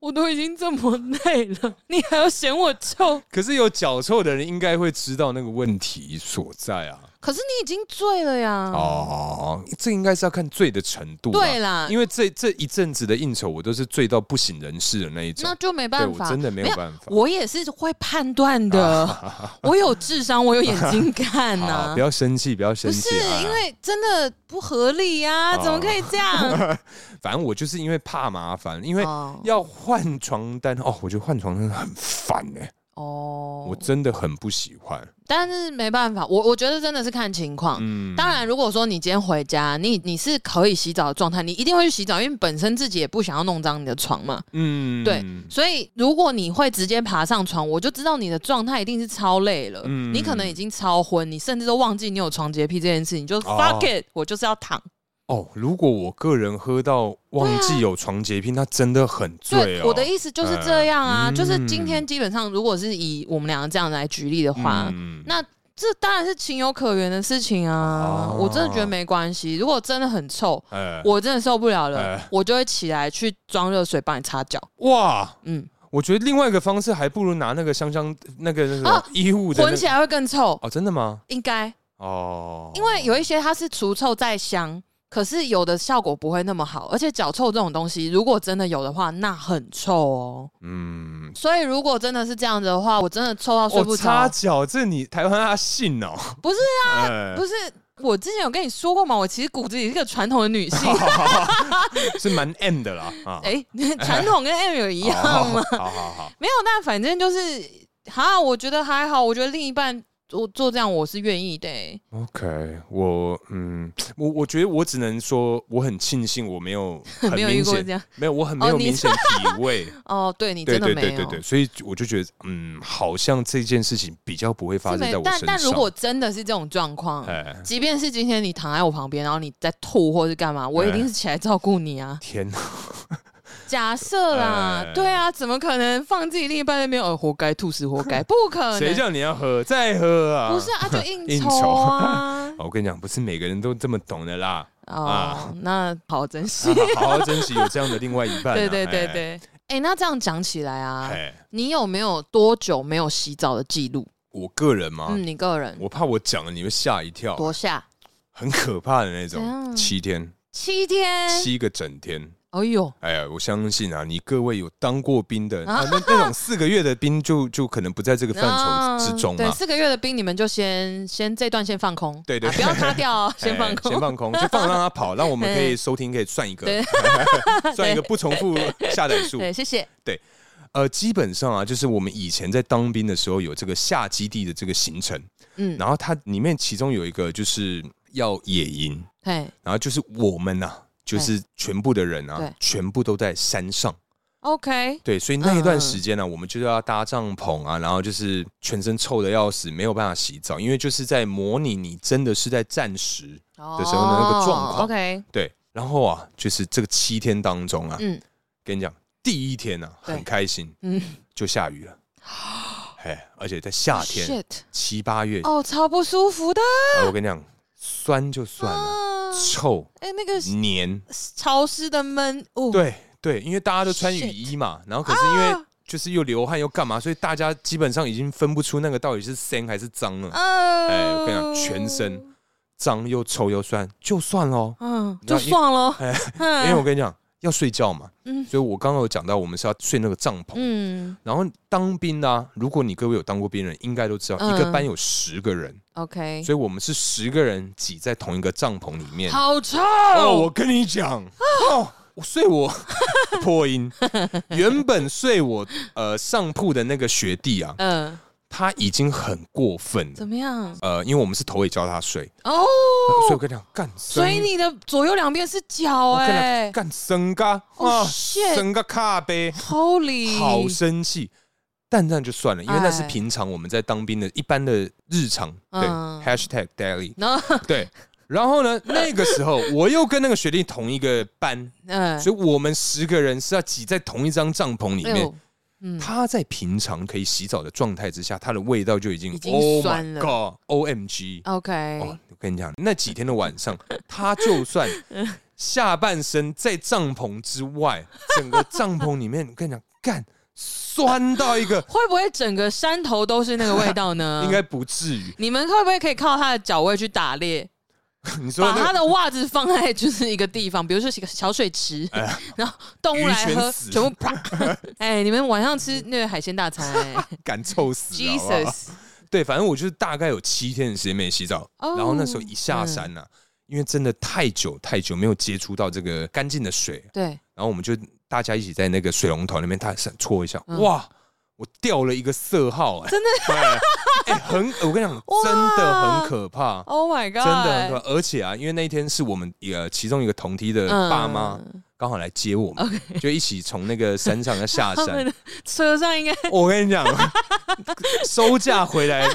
S2: 我都已经这么累了， 你还要嫌我臭？
S1: 可是有脚臭的人应该会知道那个问题所在啊。
S2: 可是你已经醉了呀。
S1: 哦，这应该是要看醉的程度、啊。
S2: 嗯对啦，
S1: 因为这这一阵子的应酬，我都是醉到不省人事的那一种
S2: 那。就没
S1: 对
S2: 办
S1: 我
S2: 法。
S1: 真的没有
S2: 没有
S1: 办法。
S2: 我也是会判断 的，我有智商，我有眼睛看呐、
S1: 好，不要生气，不要生
S2: 不是
S1: 气。啊
S2: 因为真的不合理呀、
S1: 哦
S2: 怎么可以 这样？
S1: 哎反正我就是因为怕麻烦，因为
S2: 哦
S1: 要换床单哦，我觉得换床单很烦哎、
S2: 哦
S1: 我真的很不喜欢。
S2: 但是没办法，我我觉得真的是看情况。
S1: 嗯，
S2: 当然，如果说你今天回家，你你是可以洗澡的状态，你一定会去洗澡，因为你本身自己也不想要弄脏你的床嘛。
S1: 嗯
S2: 对所以，如果你会直接爬上床，我就知道你的状态一定是超累了，
S1: 嗯
S2: 你可能已经超昏，你甚至都忘记你有床洁癖这件事，你就 fuck it，、我就是要躺。
S1: 哦，如果我个人喝到忘记有床洁癖，那真的很醉哦。
S2: 我的意思就是这样啊，
S1: 嗯
S2: 就是今天基本上，如果是以我们两个这样来举例的话，
S1: 嗯
S2: 那这当然是情有可原的事情啊，
S1: 哦
S2: 我真的觉得没关系。如果真的很臭，
S1: 哎
S2: 我真的受不了了，
S1: 哎
S2: 我就会起来去装热水帮你擦脚。
S1: 哇，
S2: 嗯，
S1: 我觉得另外一个方式还不如拿那个香香那个那
S2: 啊
S1: 个衣物的、那
S2: 混
S1: 个
S2: 起来会更臭，
S1: 哦，真的吗？
S2: 应该，
S1: 哦，
S2: 因为有一些它是除臭再香。可是有的效果不会那么好，而且脚臭这种东西，如果真的有的话，那很臭哦。
S1: 嗯。
S2: 所以如果真的是这样子的话，我真的臭到睡
S1: 哦，
S2: 不
S1: 擦
S2: 着。
S1: 脚，这你台湾阿信哦？
S2: 不是
S1: 啊
S2: 不是，我之前有跟你说过嘛，我其实骨子里是一个传统的女性。
S1: 哦是是蛮 M 的啦啊，
S2: 哎、 传统跟 M 有一样啊
S1: 哦
S2: 吗？
S1: 好好好好，
S2: 没有，但反正就是，哈，我觉得还好，我觉得另一半我做这样我是愿意的、欸。
S1: OK，我嗯，我我觉得我只能说我很庆幸我没 有很
S2: 没有遇
S1: 明
S2: 过
S1: 显
S2: 这样
S1: 没有我很没有
S2: 哦你
S1: 明显体味，
S2: 哦，对 你
S1: 对
S2: 真的
S1: 对
S2: 没有。
S1: 对对对，所以我就觉得嗯，好像这件事情比较不会发
S2: 是
S1: 生
S2: 没
S1: 在我身
S2: 但
S1: 上。
S2: 但如果真的是这种状况，
S1: 哎，
S2: 即便是今天你躺在我旁边，然后你在吐或是干
S1: 哎
S2: 嘛，我一定是起来照顾你啊。
S1: 天哪，
S2: 假设啦，
S1: 哎
S2: 对啊，怎么可能放自己另一半在那边？哦，活该吐死，活 该，不可
S1: 谁
S2: 能。
S1: 叫你要喝再喝啊？
S2: 哦不是啊，就应
S1: 应
S2: 酬
S1: 酬
S2: 啊。
S1: 哦，我跟你讲，不是每个人都这么懂的 啦，
S2: 哦
S1: 啊，
S2: 那好珍惜。
S1: 好好珍惜有这样的另外一半、啊。
S2: 对对对
S1: 啊哎，
S2: 对。哎、那这样讲起来啊，
S1: 哎，
S2: 你有没有多久没有洗澡的记录？
S1: 我个人嘛，
S2: 嗯，你个人
S1: 啊我怕啊我讲了你会吓一跳，
S2: 多下
S1: 很可怕的那
S2: 怎样
S1: 种，七天。
S2: 七天
S1: 七个整天，
S2: 哎呦，
S1: 哎呀，我相信啊，你各位有当过兵的，
S2: 啊
S1: 啊、那那种四个月的兵就就可能不在这个范畴之中
S2: 啊对，
S1: 嘛。
S2: 四个月的兵，你们就先先这段先放空，
S1: 对对
S2: 啊不要擦 掉哦，
S1: 哎
S2: 先放空，
S1: 先放空，就放让他跑，让我们可以收听，可以算一个
S2: 对，
S1: 算一个不重复下载数。
S2: 对，谢谢。
S1: 呃，基本上啊，就是我们以前在当兵的时候有这个下基地的这个行程，
S2: 嗯，
S1: 然后它里面其中有一个就是要野营，
S2: 嘿
S1: 然后就是我们呐、就是全部的人
S2: 对
S1: 啊，全部都在山上。
S2: ，OK，
S1: 对，所以那一
S2: 嗯
S1: 段时间呢、我们就是要搭帐篷啊，然后就是全身臭的要死，没有办法洗澡，因为就是在模拟你真的是在战时。
S2: 的
S1: 的时候的那个状况
S2: 哦，OK，
S1: 对，然后啊，就是这个七天当中啊，
S2: 嗯，
S1: 跟你讲，第一天啊
S2: 对
S1: 很开心，
S2: 嗯
S1: 嗯，就下雨了，哎，而且在夏天
S2: Shit
S1: 七八月，
S2: 哦，超不舒服的，
S1: 哎我跟你讲，酸就算了，
S2: 啊
S1: 臭
S2: 哎，那个
S1: 黏，
S2: 潮湿的闷哦雾，
S1: 嗯对对，因为大家都穿雨衣嘛，然后可是因为
S2: 啊
S1: 就是又流汗又干嘛，所以大家基本上已经分不出那个到底是生还是脏了，
S2: 啊，
S1: 哎我跟你讲全身，脏又臭又酸，就算喽。
S2: 嗯，
S1: 你知
S2: 就
S1: 道
S2: 算了，
S1: 哎
S2: 嗯
S1: 因为
S2: 因
S1: 我跟你讲，要睡觉嘛，
S2: 嗯
S1: 所以我刚刚有讲到，我们是要睡那个帐篷。
S2: 嗯
S1: 然后当兵的、啊，如果你各位有当过兵的人，应该都知道，
S2: 嗯
S1: 一个班有十个人，
S2: ，OK，
S1: 所以我们是十个人挤在同一个帐篷里面。
S2: 好臭，
S1: 哦，我跟你讲，哦，睡 我破音，原本睡我呃上铺的那个学弟啊，
S2: 嗯，
S1: 他已经很过分了，
S2: 怎么样？
S1: 呃，因为我们是头也教他睡，
S2: 哦，
S1: 呃所以我跟你讲，干，
S2: 所以
S1: 真
S2: 你的左右两边是脚，
S1: 我跟你讲
S2: 哎
S1: 干生嘎
S2: 哦
S1: 啊，
S2: shit
S1: 生个卡呗，
S2: ，Holy，
S1: 好生气。蛋蛋就算了，因为那是
S2: 哎
S1: 平常我们在当兵的一般的日常，对、
S2: 嗯
S1: h a s h t a g daily，
S2: 然后，
S1: 对。然后呢，那个时候我又跟那个学弟同一个班，
S2: 嗯，
S1: 所以我们十个人是要挤在同一张帐篷里
S2: 哎
S1: 面
S2: 呦。，嗯，
S1: 他在平常可以洗澡的状态之下，他的味道就已经
S2: 已经
S1: Oh
S2: 酸了
S1: my God，O M G！哦
S2: OK，，
S1: 我跟你讲，那几天的晚上，他就 算下半身在帐篷之外，整个帐篷里面，我跟你讲，干酸到一 个，
S2: 会不会整个山头都是那个味道呢？
S1: 应该不至于。
S2: 你们会不会可以靠他的脚位去打猎，
S1: 你说
S2: 把
S1: 那
S2: 他
S1: 个
S2: 的袜子放在就是一个地方，比如说一个小水 池， 然后动物来
S1: 哎鱼
S2: 喝，
S1: 全死
S2: 全部啪！ 哎，你们晚上吃那个海鲜 大餐哎
S1: 敢臭死啊好不好
S2: ，Jesus，
S1: 对，反正我就是大概有七天的时间没洗澡，
S2: 哦
S1: 然后那时候一下山呐、因为真的太久太久没有接触到这个干净的水，
S2: 对，
S1: 然后我们就大家一起在那个水龙头那边，他搓一下，
S2: 嗯
S1: 哇，我掉了一个色号、哎，真的，哎、很，我跟你讲，
S2: 哇
S1: 真的很可怕，
S2: Oh my
S1: 真
S2: god！
S1: 的很可怕，而且啊，因为那一天是我们呃其中一个同梯的爸妈
S2: 嗯
S1: 刚好来接我们，就一起从那个山上要下
S2: 他
S1: 山
S2: 们，的车上应该
S1: 我跟你讲， 收假回来，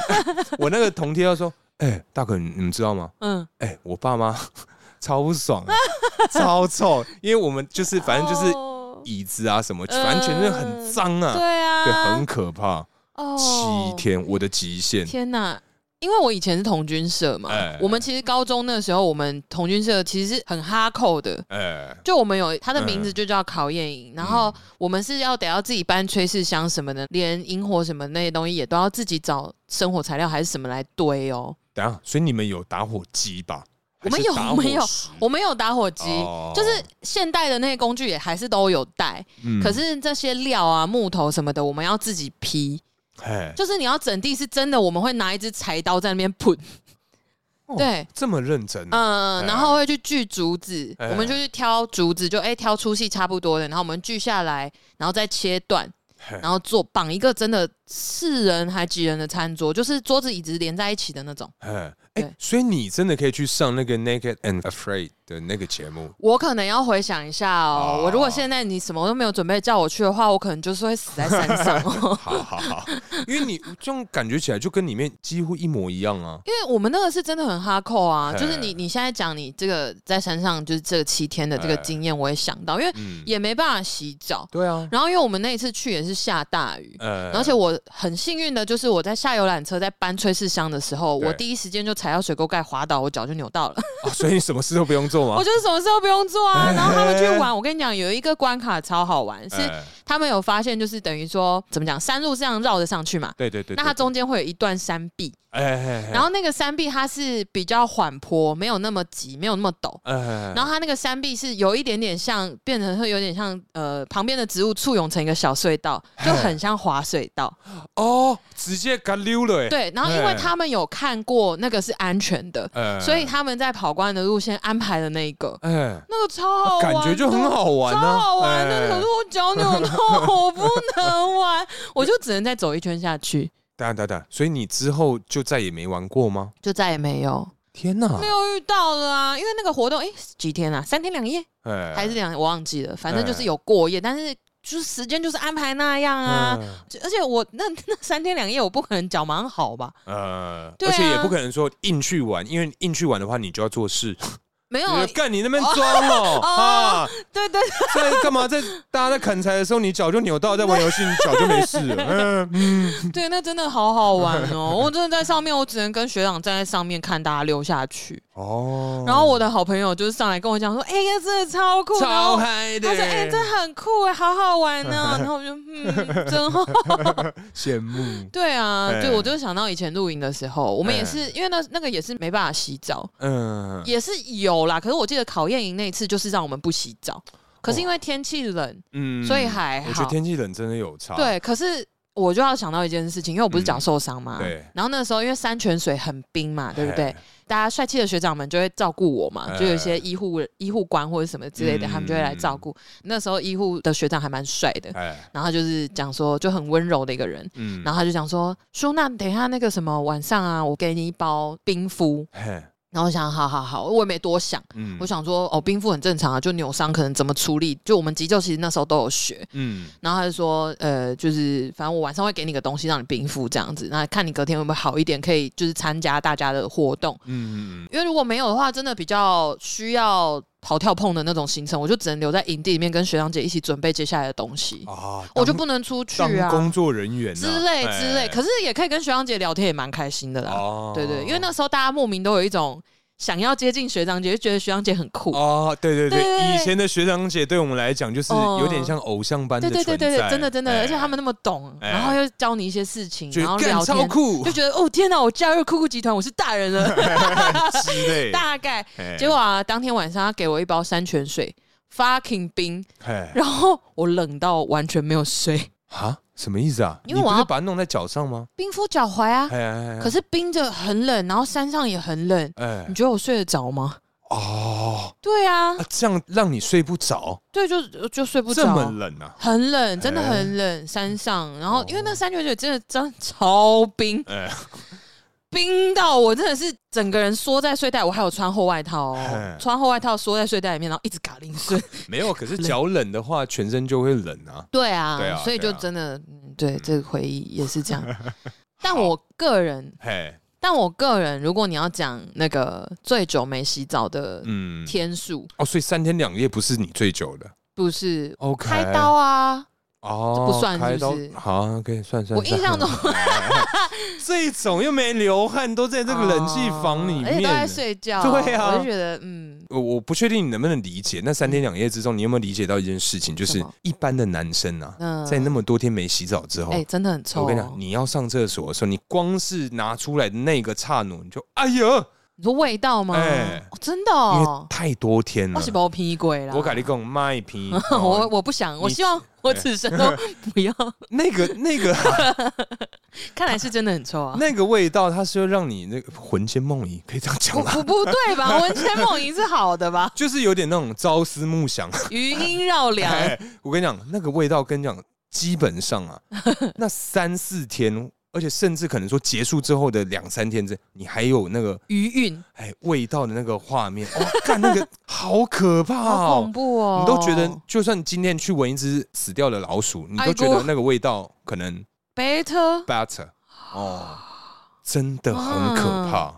S1: 我那个同梯要说：“哎、大哥，你你们知道吗？
S2: 嗯
S1: 哎、我爸妈 超不爽、啊 超臭，因为我们就是反正就是
S2: 哦
S1: 椅子啊什么，反正全身很脏 啊，
S2: 对啊，
S1: 对，很可怕。
S2: 哦
S1: 七天，我的极限，
S2: 天呐！因为我以前是童军社嘛，
S1: 哎
S2: 我们其实高中那时候，我们童军社其实是很哈扣的，
S1: 哎、
S2: 就我们有它的名字就叫考验营，
S1: 嗯
S2: 然后我们是要得要自己搬炊事箱什么的，连萤火什么那些东西也都要自己找生火材料还是什么来堆哦。
S1: 等一下，所以你们有打火机吧？
S2: 我们
S1: 还是
S2: 有
S1: 打
S2: 我们
S1: 火
S2: 有
S1: 石
S2: 我们有打火机，
S1: 哦
S2: 就是现代的那些工具也还是都有带，
S1: 嗯
S2: 可是这些料啊、木头什么的，我们要自己劈。
S1: 哎，
S2: 就是你要整地是真的，我们会拿一支柴刀在那边punch，
S1: 哦
S2: 对，
S1: 这么认真、啊，
S2: 嗯，
S1: 哎
S2: 然后会去锯竹子，
S1: 哎
S2: 我们就去挑竹子，就哎、挑粗细差不多的，然后我们锯下来，然后再切断，
S1: 嘿
S2: 然后做绑一个真的四人还几人的餐桌，就是桌子椅子连在一起的那种。
S1: 哎
S2: 啊对
S1: 哎，所以你真的可以去上那个 Naked and Afraid 的那个节目，
S2: 我可能要回想一下哦，
S1: 哦。
S2: 我如果现在你什么都没有准备叫我去的话，我可能就是会死在山上、哦
S1: 好好好，因为你这样感觉起来就跟里面几乎一模一样啊。
S2: 因为我们那个是真的很哈扣啊，
S1: 哎
S2: 就是你你现在讲你这个在山上就是这七天的这个
S1: 哎
S2: 经验，我也想到，因为
S1: 嗯，
S2: 也没办法洗澡，
S1: 对啊，
S2: 然后因为我们那一次去也是下大雨，
S1: 呃
S2: 而且我很幸运的，就是我在下游览车在搬炊事箱的时候，
S1: 对
S2: 我第一时间就踩到水沟盖滑倒，我脚就扭到了。
S1: 哦所以你什么事都不用做
S2: 我
S1: 吗？
S2: 就是什么事都不用做啊。
S1: 哎
S2: 然后他们去玩，我跟你讲，有一个关卡超好玩，是
S1: 哎
S2: 他们有发现，就是等于说怎么讲，山路这样绕着上去嘛，
S1: 对对对，
S2: 那它中间会有一段山壁，
S1: 哎哎，
S2: 然后那个山壁它是比较缓坡，没有那么急，没有那么陡。
S1: 哎，
S2: 然后它那个山壁是有一点点像，变成会有点像呃，旁边的植物簇拥成一个小隧道，就很像滑水道。
S1: 哦，直接给它溜了，哎，
S2: 对，然后因为他们有看过那个是安全的，
S1: 哎
S2: 所以他们在跑关的路线安排的那一个，
S1: 哎，
S2: 那个超好玩
S1: 感
S2: 的，
S1: 觉就很好玩
S2: 超
S1: 啊，
S2: 好玩的。
S1: 哎
S2: 可是我脚扭痛，我不能 玩，我就只能再走一圈下去，
S1: 等下等下等下，所以你之后就再也没玩过吗？
S2: 就再也没有
S1: 天哪，
S2: 没有遇到了啊！因为那个活动，哎、几天啊？三天两夜
S1: 哎
S2: 还是两？我忘记了，反正就是有过夜，但是就是时间就是安排那样啊。
S1: 嗯
S2: 就而且我那 那三天两夜，我不可能脚蛮好吧？
S1: 呃，
S2: 对
S1: 而且也
S2: 啊
S1: 不可能说硬去玩，因为硬去玩的话，你就要做事。
S2: 没有，
S1: 你就干你那边装 哦啊，
S2: 对对
S1: 在干嘛？在大家在砍柴的时候，你脚就扭到，在玩游戏，你脚就没事 了。嗯嗯，
S2: 对， 那真的好好玩 哦！我真的在上面，我只能跟学长站在上面看大家溜下去。
S1: 哦，
S2: 然后我的好朋友就是上来跟我讲说：“哎、呀，真的超酷！”然
S1: 超
S2: 后
S1: 嗨的
S2: 他，说：“哎、这很酷哎，好 好玩呢、然后我就嗯，真好。
S1: 羡慕。
S2: 对啊，
S1: 哎
S2: 对，我就想到以前露营的时候，我们也
S1: 哎
S2: 是因为那那个也是没办法洗澡，
S1: 嗯，
S2: 也是有啦。可是我记得考验营那一次就是让我们不洗澡，可是因为天气冷，
S1: 嗯
S2: 所以还
S1: 我觉得
S2: 好。
S1: 天气冷真啊的有差。
S2: 对，可是我就要想到一件事情，因为我不是脚受伤嘛、
S1: 嗯对
S2: 然后那时候因为山泉水很冰嘛，
S1: 哎，
S2: 对不对？大家帅气的学长们就会照顾我嘛，
S1: 哎
S2: 就有一些医护医护官或者什么之类的，
S1: 嗯
S2: 他们就会来照顾。那时候医护的学长还蛮帅的，
S1: 哎，
S2: 然后他就是讲说就很温柔的一个人。
S1: 嗯
S2: 然后他就讲说：“叔，那等一下那个什么晚上啊，我给你一包冰敷。
S1: 嘿”
S2: 然后我想，好好好，我也没多想，
S1: 嗯
S2: 我想说，哦，冰敷很正常啊，就扭伤可能怎么处理，就我们急救其实那时候都有学。
S1: 嗯
S2: 然后他就说，呃，就是反正我晚上会给你个东西让你冰敷这样子，那看你隔天会不会好一点，可以就是参加大家的活动。
S1: 嗯嗯
S2: 因为如果没有的话，真的比较需要跑跳碰的那种行程，我就只能留在营地里面跟学长姐一起准备接下来的东西，
S1: 嗯啊，
S2: 我就
S1: 当
S2: 不能出去
S1: 当
S2: 啊
S1: 工作人员啊
S2: 之类
S1: 哎
S2: 之类。可是也可以跟学长姐聊天，也蛮开心的啦。
S1: 哦
S2: 对对，因为那时候大家莫名都有一种想要接近学长姐，就觉得学长姐很酷。
S1: 哦，对对对，
S2: 对
S1: 以前的学长姐对我们来讲就是有点像偶像般的
S2: 对对
S1: 存在，
S2: 对对对，真的真的，
S1: 哎
S2: 而且他们那么懂，
S1: 哎
S2: 然后又教你一些事情，
S1: 觉
S2: 然后
S1: 得
S2: 聊
S1: 干超
S2: 天，
S1: 酷
S2: 就觉得哦天哪，我加入酷酷集团，我是大 人了，
S1: 之类，
S2: 大概。
S1: 哎
S2: 结果啊，当天晚上他给我一包山泉水，fucking 冰，
S1: 哎
S2: 然后我冷到完全没有睡，
S1: 啊，什么意思啊？
S2: 因为
S1: 你不
S2: 我要
S1: 是把它弄在脚上吗？
S2: 冰敷脚踝啊。
S1: 哎哎，哎
S2: 可是嗯冰着很冷，然后山上也很冷，
S1: 哎
S2: 你觉得我睡得着吗？
S1: 哦，
S2: 对啊
S1: 啊，这样让你睡不着，
S2: 对，就就睡不
S1: 这么
S2: 着。
S1: 冷啊？
S2: 很冷，真的很冷，山上。然后因为那山泉水真的真的超冰，
S1: 哎
S2: 冰到我真的是整个人缩在睡袋，我还有穿厚外套哦
S1: 嘿，
S2: 穿厚外套缩在睡袋里面，然后一直嘎铃睡。
S1: 没有，可是脚冷的话，全身就会冷啊。
S2: 对啊，
S1: 对啊
S2: 所以就
S1: 对啊
S2: 真的，嗯，对，这个回忆也 是这样。但我个人，
S1: 嘿，
S2: 但我个人，如果你要讲那个最久没洗澡的
S1: 嗯，
S2: 呃天数，
S1: 哦，所以三天两夜不是你最久的
S2: 不是
S1: ，OK，
S2: 开刀啊，
S1: 哦，
S2: 这不算
S1: 开
S2: 是
S1: 刀
S2: 不是
S1: 好，可以算算。
S2: 我印象中
S1: 这种又没流汗，都在这个冷气房里
S2: 哦而且
S1: 面
S2: 都。在睡觉，
S1: 对啊
S2: 我就觉得嗯，
S1: 我我不确定你能不能理解，那三天两夜之中，你有没有理解到一件事情，就
S2: 什
S1: 是
S2: 么
S1: 一般的男生啊，
S2: 嗯
S1: 在那么多天没洗澡之后，
S2: 哎、真的很臭、
S1: 哦我跟你讲，
S2: 哦。
S1: 你要上厕所的时候，你光是拿出来的那个刹那，你就哎呦，
S2: 你说味道吗？
S1: 哎
S2: 哦真的
S1: 因为
S2: 哦，
S1: 太多天
S2: 我
S1: 了
S2: 是。把我劈鬼啦。
S1: 我跟你讲，卖 皮，
S2: 我
S1: 哦
S2: 啊我不想，我
S1: 你
S2: 希 望我此生都不要。
S1: 那个那 个
S2: 看来是真的很臭啊！
S1: 那个味道，它是会让你那个魂牵梦萦，可以这样讲
S2: 不
S1: 吗？
S2: 不不对吧？文千梦萦是好的吧？
S1: 就是有点那种朝思暮想。
S2: 余音绕梁，
S1: 哎，我跟你讲，那个味道，跟你讲，基本上 啊，那三四天，而且甚至可能说结束之后的两三天之，你还有那个
S2: 余韵，
S1: 哎味道的那个画面， 哇、看那个好可怕
S2: 好
S1: 哦
S2: 恐！怖哦！
S1: 你都觉得，就算今天去闻一只死掉的老鼠，你
S2: 哎
S1: 都觉
S2: 呦
S1: 得那个味道可能
S2: better？
S1: better 哦，真的很可怕。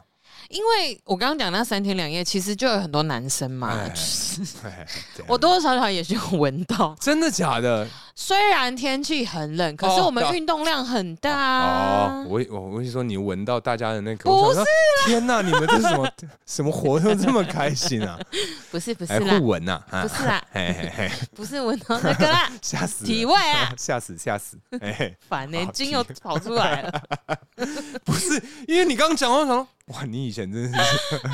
S2: 因为我刚刚讲那三天两夜，其实就有很多男生嘛，
S1: 哎
S2: 就是
S1: 哎对
S2: 我多多少少也是有闻到。
S1: 真的假的？
S2: 虽然天气很冷，可是
S1: 哦
S2: 我们
S1: 对啊
S2: 运动量很大啊
S1: 哦，。我我我是说你闻到大家的那个，
S2: 不
S1: 我想说天哪，你们这是什么 什么活动这么开心啊？
S2: 不 是不是
S1: 还
S2: 啦，
S1: 互闻呐、啊？
S2: 不 是啦，
S1: 嘿嘿嘿，
S2: 不是闻到那个 啦，
S1: 吓死
S2: 体
S1: 了！
S2: 味 啊，
S1: 吓死吓死！哎、嘿
S2: 烦呢、
S1: 好
S2: 精油
S1: 体
S2: 跑出来 了。
S1: 不是，因为你刚刚讲话，我想说， 哇，你以前真是，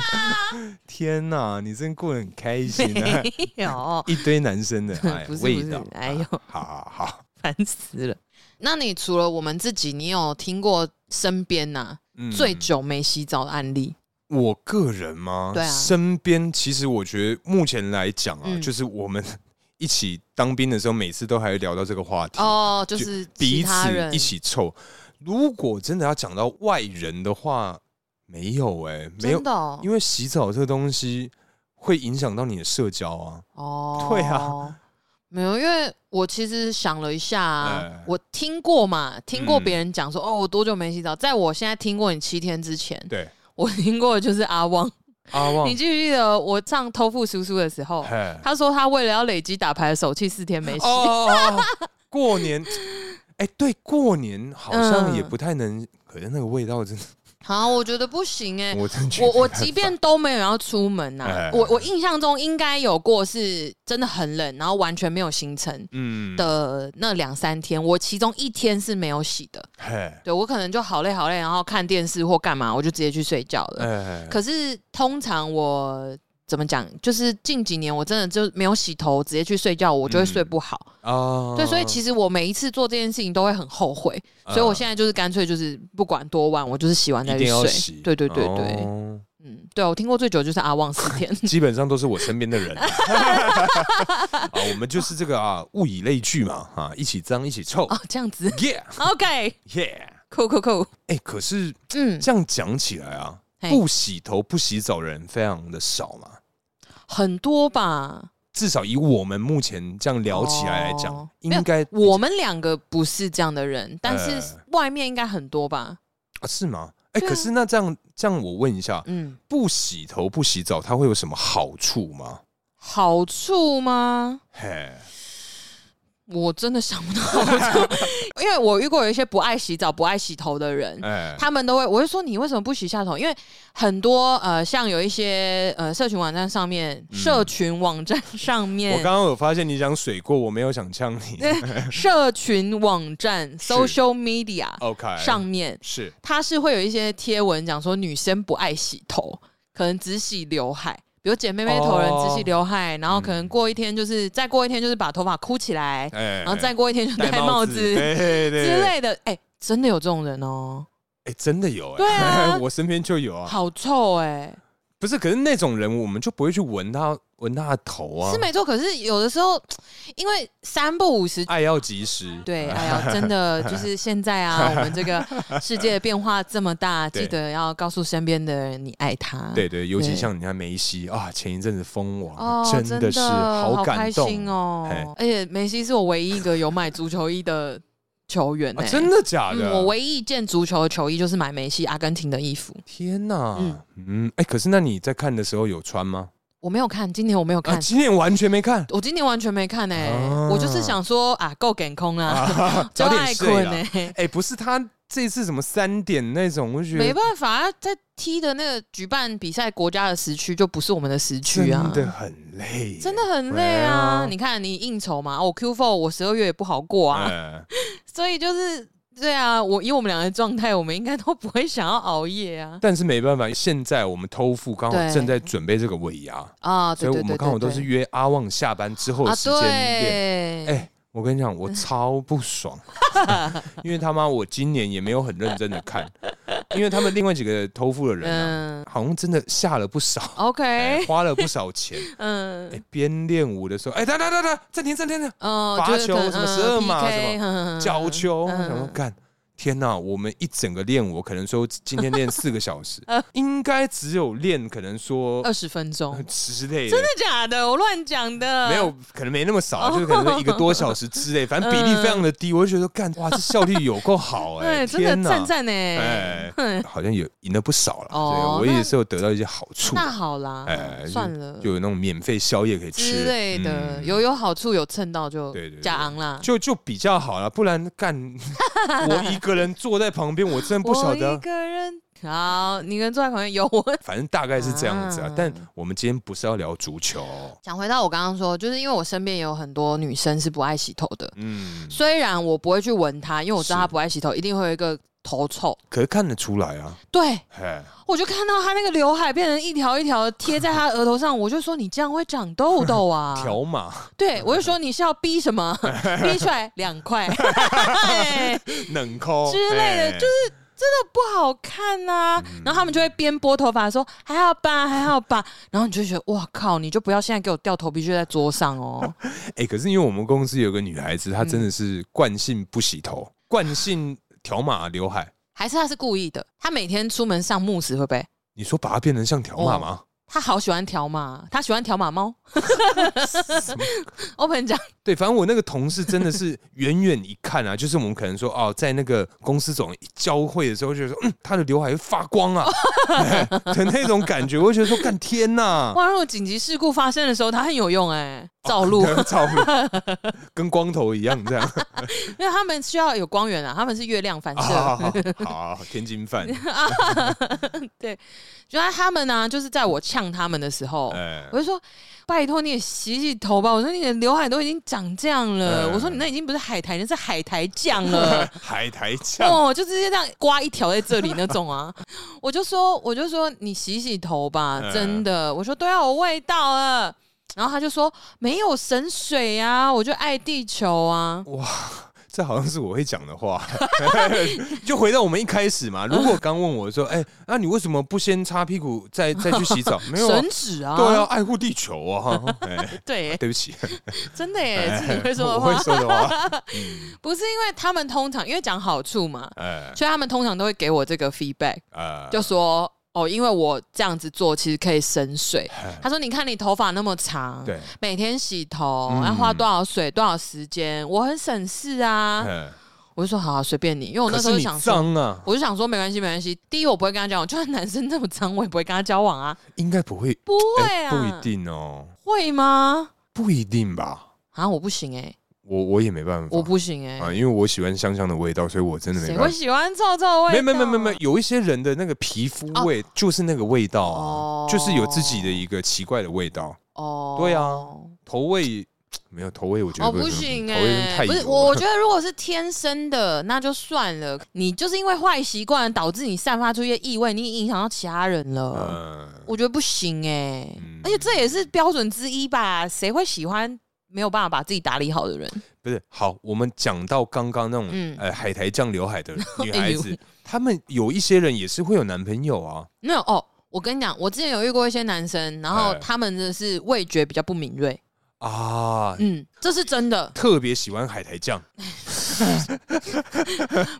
S1: 天哪，你真过得很开心啊！
S2: 没有，
S1: 一堆男生的，哎，
S2: 哎 不是
S1: 味
S2: 不是
S1: 道，
S2: 哎呦
S1: 好好好，
S2: 烦死了。那你除了我们自己，你有听过身边呐、
S1: 嗯
S2: 最久没洗澡的案例？
S1: 我个人吗？
S2: 对啊
S1: 身边其实我觉得目前来讲啊，
S2: 嗯
S1: 就是我们一起当兵的时候，每次都还会聊到这个话题，
S2: 哦，就是其
S1: 彼
S2: 他
S1: 此
S2: 人
S1: 一起凑。如果真的要讲到外人的话，没有哎、没有
S2: 真，的哦
S1: 因为洗澡这个东西会影响到你的社交啊。
S2: 哦，
S1: 对啊，
S2: 没有，因为我其实想了一下、啊
S1: 哎
S2: 我听过嘛，听过
S1: 嗯
S2: 别人讲说、哦，我多久没洗澡？在我现在听过你七天之前，
S1: 对，
S2: 我听过的就是阿旺。
S1: 阿旺
S2: 你，记不记得我唱偷富叔叔的时候，
S1: 啊嘿
S2: 他说他为了要累积打牌的手气，四天没
S1: 哦
S2: 洗。
S1: 哦，哦哦过年，哎、对，过年好像也
S2: 嗯
S1: 不太能，可是那个味道真的，
S2: 好，我觉得不行哎、
S1: 我真的觉
S2: 我
S1: 得
S2: 我
S1: 没办
S2: 即
S1: 法
S2: 便都没有要出门呐、
S1: 哎
S2: 我我印象中应该有过是真的很冷，然后完全没有行程
S1: 嗯，
S2: 的那两三天，我其中一天是没有洗的。
S1: 嘿。
S2: 对我可能就好累好累，然后看电视或干嘛，我就直接去睡觉了。
S1: 哎，
S2: 可是通常我怎么讲，就是近几年我真的就没有洗头，直接去睡觉，我就会睡不好。
S1: 啊
S2: 对，所以其实我每一次做这件事情都会很后悔，
S1: 呃
S2: 所以我现在就是干脆就是不管多晚，我就是洗完再
S1: 嗯一
S2: 去
S1: 定要
S2: 睡
S1: 洗，。
S2: 对对对对，
S1: 哦
S2: 嗯，对我听过最久就是阿旺四 天，
S1: 基本上都是我身边的人 啊，我们就是这个啊，物以类聚嘛，啊，一起脏一起臭
S2: 哦，这样 子
S1: ，yeah
S2: ，OK，
S1: yeah。
S2: 酷 酷酷，
S1: 哎，可是
S2: 嗯，
S1: 这样讲起来啊，
S2: 嘿
S1: 不洗头不洗澡的人非常的少嘛，
S2: 很多吧？
S1: 至少以我们目前这样聊起来来讲
S2: 哦，
S1: 应该
S2: 我们两个不是这样的人，但是
S1: 呃
S2: 外面应该很多吧？
S1: 啊是吗？哎，
S2: 对啊
S1: 可是那这样这样，我问一下，
S2: 嗯，
S1: 不洗头不洗澡，它会有什么好处吗？
S2: 好处吗？
S1: 嘿，
S2: 我真的想 不到好处，因为我遇过有一些不爱洗澡、不爱洗头的人，
S1: 哎，
S2: 他们都会，我就说你为什么不洗下头？因为很多呃，像有一些呃，社群网站上面，
S1: 嗯
S2: 社群网站上
S1: 我
S2: 面，
S1: 刚刚有发现你讲水过，我没有想呛你。
S2: 啊社群网站 （social media）
S1: OK，
S2: 上面，
S1: 是
S2: 它是会有一些贴文讲说女生不爱洗头，可能只洗刘海。比如姐妹妹头人
S1: 哦
S2: 只洗刘海，然后可能过一天就是、再过一天就是把头发箍起 来，
S1: 哎，
S2: 然后再过一天就
S1: 戴
S2: 戴
S1: 帽
S2: 帽
S1: 子，
S2: 子
S1: 对对对，
S2: 之类的。哎、真的有这种人哦，
S1: 哎，真的有，哎
S2: 对 啊
S1: 我身边就有啊，
S2: 好臭哎、
S1: 不是，可是那种人我们就不会去闻他闻他的头啊，
S2: 是没错，可是有的时候，因为三不五 十，
S1: 爱要及时，
S2: 对，哎呀，真 的就是现在啊，我们这个世界变化这么 大，
S1: 对
S2: 记得要告诉身边的人你爱他。
S1: 对对，尤其
S2: 啊对
S1: 像你看梅西啊，前一阵子封
S2: 哦
S1: 王，，真
S2: 的
S1: 是
S2: 好
S1: 感
S2: 开心
S1: 动嘿
S2: 哦！而且梅西是我唯一一个有买足球衣的球员、
S1: 啊
S2: 哎，
S1: 真的假
S2: 嗯
S1: 的？
S2: 我唯一一件足球的球衣就是买梅西阿根廷的衣服，
S1: 天哪，嗯，哎，可是那你在看的时候有穿吗？
S2: 我没有看，今年我没有看
S1: 啊，，今天完全没看，
S2: 我今年完全没看呢、哎
S1: 啊
S2: 我就是想说啊，够给空啦， 就
S1: 早
S2: 爱
S1: 点睡
S2: 困
S1: 啦
S2: 呢、。哎
S1: 哎，不是他这次什么三点那种，我就觉得
S2: 没办法，在踢的那个举办比赛国家的时区就不是我们的时区啊，
S1: 真的很累耶，
S2: 真的很累啊！
S1: 对啊
S2: 你看你应酬嘛，我 Q four 我十二月也不好过啊，
S1: 哎
S2: 所以就是对啊，我以我们两个的状态，我们应该都不会想要熬夜啊。
S1: 但是没办法，现在我们偷富刚好
S2: 对
S1: 正在准备这个尾牙，
S2: 啊，
S1: 所
S2: 对
S1: 以
S2: 对
S1: 我
S2: 对
S1: 们
S2: 对
S1: 刚好都是
S2: 对
S1: 约阿旺下班之后的
S2: 啊，
S1: 时间练。
S2: 对，
S1: 哎、我跟你讲，我超不爽，因为他妈我今年也没有很认真的看，因为他们另外几个偷富的人啊，
S2: 嗯
S1: 好像真的下了不少，哎
S2: ，OK，
S1: 花了不少钱。
S2: 嗯
S1: 哎、边练舞的时候，哎、等等等等，暂停暂停暂停，
S2: 哦，
S1: 罚
S2: 就是
S1: 球
S2: 可能
S1: 什么
S2: 嗯
S1: 12码
S2: PK
S1: 什
S2: 嗯嗯嗯
S1: 脚球，我想说
S2: 嗯
S1: 干。天呐，我们一整个练我可能说今天练四个小时，应该只有练可能说呃
S2: 二十 分钟，
S1: 之类的
S2: 真的，假的？我乱讲的，
S1: 没有，可能没那么
S2: 哦
S1: 少，就是可能说一个多小时之类，反正比例非常的低。我就觉得干哇，这效率有够好哎，
S2: 对，真的
S1: 天呐
S2: 赞赞欸呢。
S1: 哎
S2: 哼
S1: 好像有赢了不少了，
S2: 哦
S1: 对我也是有得到一些好处，
S2: 那好啦
S1: 哎，
S2: 算了，
S1: 就有那种免费宵夜可以吃
S2: 之类的，
S1: 嗯
S2: 有有好处有蹭到就
S1: 对对对
S2: 加昂啦。
S1: 就就比较好了，不然 干我一个人坐在旁边，我真的不晓
S2: 我一
S1: 得。
S2: 个人，好，你跟坐在旁边有我。
S1: 反正大概是这样子啊
S2: 啊，
S1: 但我们今天不是要聊足球，
S2: 讲回到我刚刚说，就是因为我身边也有很多女生是不爱洗头的，
S1: 嗯，
S2: 虽然我不会去闻她，因为我知道
S1: 是
S2: 她不爱洗头，一定会有一个头臭。
S1: 可是看得出来啊，
S2: 对，
S1: 嘿，
S2: 我就看到她那个刘海变成一条一条的贴在她额头上， 我就说你这样会长痘痘 啊。
S1: 条 码
S2: 对，我就说你是要逼 什么？逼出来两块， 哎
S1: 冷抠
S2: 之类的就是不好看呐、
S1: 嗯
S2: 然后他们就会边拨头发说还好吧，还好吧。然后你就觉得哇靠，你就不要现在给我掉头皮屑在桌上哦。
S1: 哎，可是因为我们公司有个女孩子，她真的是惯性不洗头，惯性条码刘海，
S2: 还是他是故意的，他每天出门上慕斯会不会？
S1: 你说把它变成像条码吗？
S2: 他好喜欢条码，他喜欢条 码猫。Open 讲，
S1: 对，反正我那个同事真的是远远一看啊，就是我们可能说哦，在那个公司总一交汇的时候，就说嗯，他的刘海会发光啊哎的那种感觉，我就觉得说，干天呐、
S2: 哇，如果紧急事故发生的时候，他很有用哎、
S1: 哦
S2: 照路，
S1: 照路，跟光头一样这样
S2: 因为他们需要有光源啊，他们是月亮反
S1: 啊，
S2: 射。
S1: 好好好好天津饭，
S2: 就在他们呢、就是在我呛他们的时候，
S1: 哎
S2: 我就说：“拜托你也洗洗头吧！”我说：“你的刘海都已经长这样了。
S1: 嗯
S2: 我说：“你那已经不是海苔，那是海苔酱了。
S1: 海苔” 酱，
S2: 哦，就直接这样刮一条在这里那种啊！ 我就说，我就说你洗洗头吧，
S1: 嗯
S2: 真的。我说：“对啊，我味到了。”然后他就说：“没有省水啊，我就爱地球啊。
S1: 这好像是我会讲的话。 就回到我们一开始 嘛，如果刚问我说，哎，那你为什么不先擦屁股再再去洗 澡？没有啊
S2: 省，纸啊，
S1: 对啊，，爱护地球啊， 哈，哎，
S2: 对，
S1: 对不 起。
S2: 真的 耶，是你会说的
S1: 哎我会
S2: 话，
S1: 说的 话，
S2: 不是因为他们通常因为讲好处嘛，
S1: 哎
S2: 所以他们通常都会给我这个 feedback。
S1: 呃，
S2: 就说哦，因为我这样子做其实可以省水。他说：“你看你头发那么长，
S1: 哎对，
S2: 每天洗头
S1: 嗯
S2: 要花多少水、多少时间，我很省事啊。
S1: 嗯
S2: 我就说：“好、啊，随便你。”因为我那
S1: 可是
S2: 时候就
S1: 你
S2: 想说，
S1: 脏啊，
S2: 我就想说没关系，没关系。第一，我不会跟他交往，就算男生那么脏，我也不会跟他交往啊，
S1: 应该不会，
S2: 不会
S1: 哎
S2: 啊，
S1: 不一定哦，
S2: 会吗？
S1: 不一定吧，
S2: 啊，我不行哎、
S1: 我我也没办法，
S2: 我不行哎、
S1: 啊，因为我喜欢香香的味道，所以我真的没
S2: 谁
S1: 办
S2: 会
S1: 法。
S2: 喜欢臭臭味？
S1: 没没没没没，，有一些人的那个皮肤味就是那个味道啊
S2: 哦，
S1: 就是有自己的一个奇怪的味道，
S2: 哦，
S1: 对啊头味没有头味，我觉
S2: 哦，
S1: 得
S2: 不
S1: 能
S2: 行
S1: 头味
S2: 哎、
S1: 太
S2: 不是
S1: 油
S2: 我，
S1: 了
S2: 我觉得如果是天生的，那就算了。你就是因为坏习惯导致你散发出一些异味，你已经影响到其他人了。
S1: 嗯
S2: 我觉得不行哎、
S1: 嗯
S2: 而且这也是标准之一吧？谁会喜欢没有办法把自己打理好的人？
S1: 不是好，我们讲到刚刚那种、
S2: 嗯
S1: 呃海苔酱刘海的女孩
S2: 哎
S1: 子
S2: 呦，
S1: 她们有一些人也是会有男朋友啊，
S2: 没有哦。我跟你讲，我之前有遇过一些男生，然后
S1: 哎
S2: 他们的是味觉比较不敏锐，
S1: 啊，
S2: 嗯，这是真的，
S1: 特别喜欢海苔酱，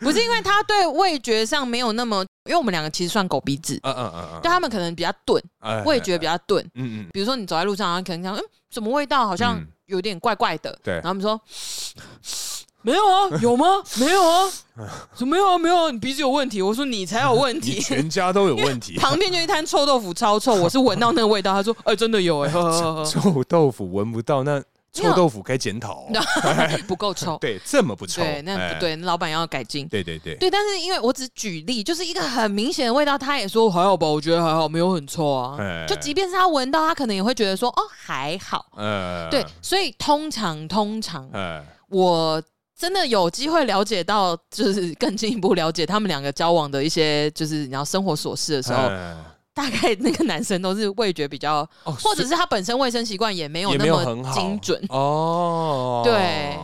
S2: 不是因为他对味觉上没有那么，因为我们两个其实算狗鼻子，
S1: 嗯嗯嗯
S2: 就他们可能比较钝，
S1: 嗯
S2: 味觉比，较钝，
S1: 嗯嗯，
S2: 比如说你走在路上，然后可能讲，嗯，什么味道，好像
S1: 嗯
S2: 有点怪怪的。
S1: 对
S2: 然后我们说，没有啊，有吗？没有啊，说没有啊，没有啊，你鼻子有问题。我说你才有问
S1: 你
S2: 题。
S1: 全家都有问 题。
S2: 旁边就一摊臭豆腐，超臭，我是闻到那个味道。他说，哎、真 的有哎、呵呵呵呵
S1: 臭豆腐闻不到，那
S2: 没有
S1: 臭豆腐该检讨哦。
S2: 不够臭，
S1: 对，这么不臭，
S2: 对，那
S1: 哎
S2: 不，对，那老板要改进。
S1: 对对对，
S2: 对，但是因为我只举例，就是一个很明显的味道，他也说还好吧，我觉得还好，没有很臭啊。
S1: 哎
S2: 就即便是他闻到，他可能也会觉得说，哦，还好。
S1: 呃
S2: 对，所以通常通常
S1: 呃，
S2: 我真的有机会了解到，就是更进一步了解他们两个交往的一些，就是你要生活琐事的时候，
S1: 哎
S2: 大概那个男生都是味觉比较，
S1: 哦
S2: 或者是他本身卫生习惯也没有
S1: 也
S2: 那
S1: 没有很
S2: 么
S1: 好
S2: 精准。
S1: 哦，
S2: 对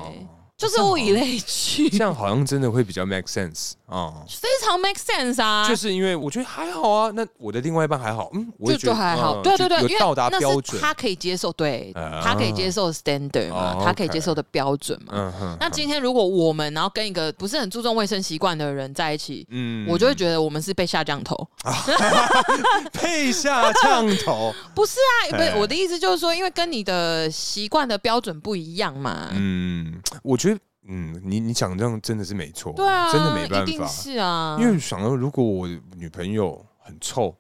S2: 就是物以 类聚，
S1: 这样好像真的会比较 make sense 啊、
S2: 非常 make sense 啊。
S1: 就是因为我觉得还好啊，那我的另外一半还好，嗯，我也觉
S2: 就
S1: 得
S2: 都还好，
S1: 嗯
S2: 对对对，
S1: 就有
S2: 因为
S1: 到达
S2: 那
S1: 标
S2: 是
S1: 准，
S2: 他可以接受，对
S1: 啊
S2: 他可以接受 standard 嘛
S1: 哦，
S2: 他可以
S1: OK
S2: 接受的标准嘛。
S1: 嗯哼，
S2: 那今天如果我们然后跟一个不是很注重卫生习惯的人在一起，
S1: 嗯
S2: 我就会觉得我们是被下降头。
S1: 配下降 头，
S2: 不是啊，不
S1: 哎
S2: 是我的意思就是说，因为跟你的习惯的标准不一样嘛。
S1: 嗯，我觉得，嗯，你你讲这样真的是没错，
S2: 对啊，
S1: 真的没办
S2: 一定
S1: 法，
S2: 是啊，
S1: 因为想到如果我女朋友很臭，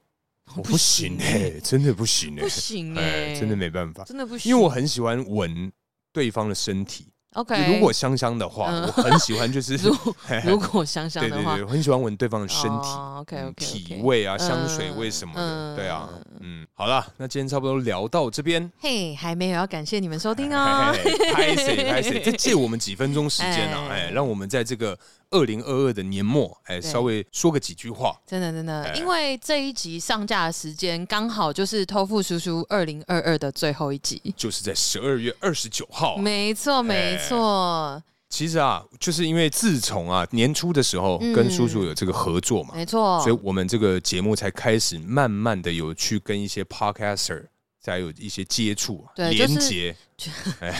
S1: 我不行哎、真的不行哎、
S2: 不行
S1: 哎
S2: 哎，
S1: 真的没办法，
S2: 真的不行，
S1: 因为我很喜欢闻对方的身体，
S2: OK。
S1: 如果香香的话，
S2: 嗯
S1: 我很喜欢就是
S2: 如
S1: 嘿嘿
S2: 如果想想
S1: 对
S2: 的
S1: 对
S2: 话哦
S1: 对，，我很喜欢闻对方的身体。
S2: OK
S1: 嗯
S2: OK
S1: 体味啊，
S2: 嗯
S1: 香水味什么的，
S2: 嗯
S1: 对啊，嗯，好啦，那今天差不多聊到这边，
S2: 嘿，还没有要感谢你们收 听哦。
S1: 嘿嘿嘿拍谁 拍谁，再借我们几分钟时间啊，
S2: 哎
S1: 哎，让我们在这个二零二二的年末，哎，
S2: 对
S1: 稍微说个几句话，
S2: 真的真的
S1: 哎，
S2: 因为这一集上架的时间刚好就是《偷富叔叔》二零二二的最后一集，
S1: 就是在十二月二十九号啊，
S2: 没错没
S1: 哎
S2: 错
S1: 其实啊，就是因为自从啊年初的时候
S2: 嗯
S1: 跟叔叔有这个合作嘛，
S2: 没错
S1: 所以，我们这个节目才开始慢慢的有去跟一些 podcaster 才有一些接触啊、
S2: 对
S1: 连
S2: 就是
S1: 接。
S2: 对对
S1: 哎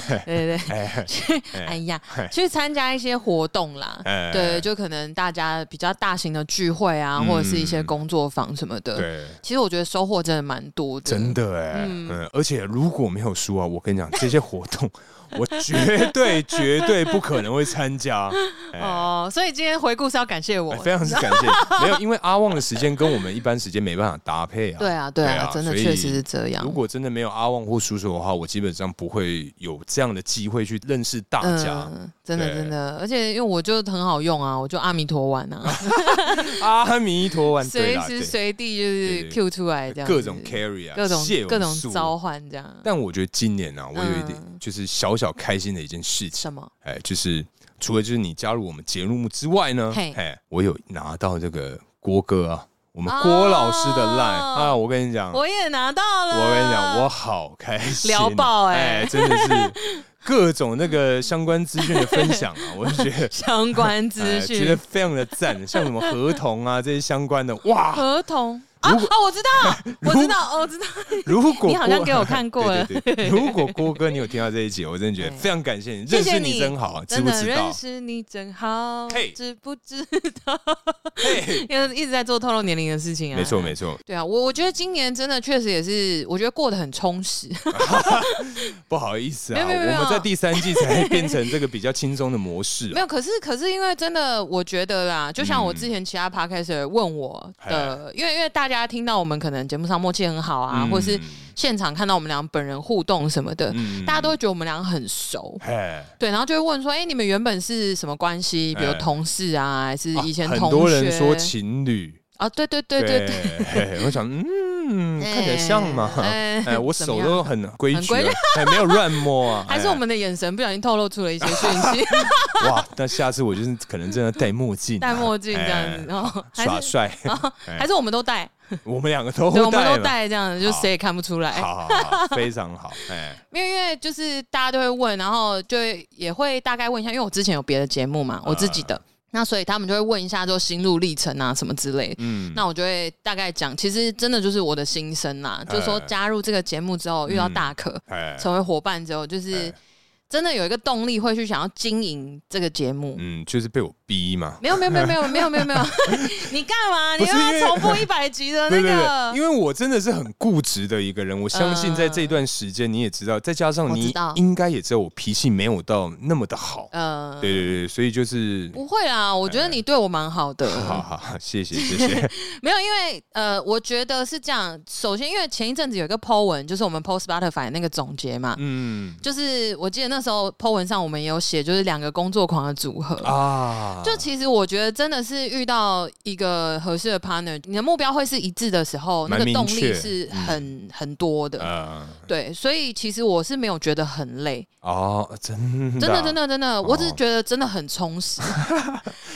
S2: 对，哎呀
S1: 哎，
S2: 去参加一些活动啦
S1: 哎，
S2: 对，就可能大家比较大型的聚会啊，
S1: 嗯
S2: 或者是一些工作坊什么的。
S1: 对，
S2: 其实我觉得收获真的蛮多的，
S1: 真的哎、嗯，而且如果没有输啊，我跟你讲，这些活动 我绝对绝对不可能会参加。哎
S2: 哦。所以今天回顾是要感 谢我
S1: 哎，非常是感 谢，没有，因为阿旺的时间跟我们一般时间没办法搭配啊。
S2: 对啊，对
S1: 对
S2: 啊
S1: 啊，
S2: 真的
S1: 所以
S2: 确实是这样
S1: 如。果真的没有阿旺或叔叔的话，我基本上不会有这样的机会去认识大家。
S2: 嗯，真的
S1: 对
S2: 真的，而且因为我就很好用啊，我就阿弥陀丸啊，
S1: 阿弥陀丸， 对
S2: 随
S1: 啦，
S2: 时
S1: 对
S2: 随地就
S1: 对
S2: 是 Q 出来这样子，
S1: 各种 carry 啊，
S2: 各种
S1: 谢文
S2: 各种
S1: 素
S2: 召唤这样。
S1: 但我觉得今年啊，我有一点
S2: 嗯
S1: 就是小小开心的一件事情，
S2: 什么？
S1: 哎，就是除了就是你加入我们节目之外呢，
S2: 嘿
S1: 哎，我有拿到这个郭哥啊，我们郭老师的 line
S2: 哦
S1: 啊，我跟你讲，我
S2: 我也拿到了。
S1: 跟你讲，我好开心啊，
S2: 聊爆哎
S1: 真的是各种那个相关资讯的分享 啊，我就觉得。
S2: 相关 资
S1: 哎觉得
S2: 讯、
S1: 非常的赞，像什么合同啊这些相关的， 哇！
S2: 合同啊啊，我 知道，我知道，哦我知道。
S1: 如果郭
S2: 你好像 给我看过了
S1: 对对对如果郭哥你有听到这一集，我真的觉得
S2: 哎
S1: 非常感谢你，
S2: 谢
S1: 认
S2: 谢
S1: 识
S2: 你
S1: 真好，知
S2: 真
S1: 不
S2: 的
S1: 知
S2: 认
S1: 道？
S2: 识你真好
S1: 嘿，
S2: 知不知？
S1: 嘿
S2: 因为一直在做透露年龄的事情啊。
S1: 没错没错，
S2: 对啊，我我觉得今年真的确实也是，我觉得过得很充实。
S1: 啊不好意思
S2: 没
S1: 啊，
S2: 有没有没有
S1: 我们在第三季才变成这个比较轻松的模式啊、
S2: 没有，可是可是因为真的，我觉得啦，就像我
S1: 嗯
S2: 之前其他 podcaster 问我的，因为因为大家听到我们可能节目上默契很好啊，
S1: 嗯
S2: 或者是现场看到我们俩本人互动什么的，
S1: 嗯
S2: 大家都会觉得我们俩很熟。
S1: 哎，
S2: 对，然后就会问说，哎、你们原本是什么关系？比如
S1: 哎
S2: 同事啊，还是
S1: 啊
S2: 以前
S1: 很
S2: 同学？
S1: 多人说情侣，
S2: 啊，对对对对对，
S1: 对，嘿我想 嗯，看起来像嘛。
S2: 哎
S1: 哎，我手都很规矩
S2: 很规
S1: 啊，哎，没有乱摸啊。
S2: 还是我们的眼神不小心透露出了一些讯 息，
S1: 哎哇？那下次我就是可能真的戴墨镜啊，
S2: 戴墨镜这样子，然后
S1: 哎，
S2: 还
S1: 耍
S2: 是
S1: 帅。哎
S2: 还是我们都戴，
S1: 我们两个都
S2: 对，我们
S1: 戴
S2: 都
S1: 了，
S2: 戴这样子，就
S1: 好
S2: 谁也看不出来。
S1: 好好好，非常好。哎，
S2: 因为因为就是大家都会问，然后就会也会大概问一下，因为我之前有别的节目嘛，我自己
S1: 嗯
S2: 的，那所以他们就会问一下，就心路历程啊什么之类的。
S1: 嗯，
S2: 那我就会大概讲，其实真的就是我的心声啦，就是说加入这个节目之后，遇到大可，
S1: 哎，
S2: 成为伙伴之后，就是
S1: 哎
S2: 真的有一个动力，会去想要经营这个节目。
S1: 嗯，就是被我逼嘛。
S2: 没有没有没有没有没有没有没有， 你干嘛？你
S1: 不
S2: 又
S1: 是因为
S2: 要重复一百集的
S1: 对
S2: 那
S1: 对对，
S2: 个？
S1: 因为我真的是很固执的一个人，我相信在这段时间你也知道，再加上
S2: 嗯我
S1: 你
S2: 知道
S1: 应该也知道我脾气没有到那么的好，
S2: 呃，
S1: 对对对，所以就是
S2: 不会啦，我觉得你对我蛮好的。
S1: 好好好，谢谢谢 谢，
S2: 没有，因为呃，我觉得是这样。首先，因为前一阵子有一个 Po 文，就是我们 Po Spotify 那个总结嘛，
S1: 嗯
S2: 就是我记得那时候 Po 文上我们也有写，就是两个工作狂的组合。
S1: 啊，
S2: 就其实我觉得真的是遇到一个合适的 partner，你的目标会是一致的时候，那
S1: 蛮
S2: 个动
S1: 明
S2: 力
S1: 确嗯
S2: 是很、很多的。
S1: 呃
S2: 对，所以其实我是没有觉得很累，
S1: 哦，真的
S2: 真的真
S1: 的，
S2: 的真的，我只是觉得真的很充 实，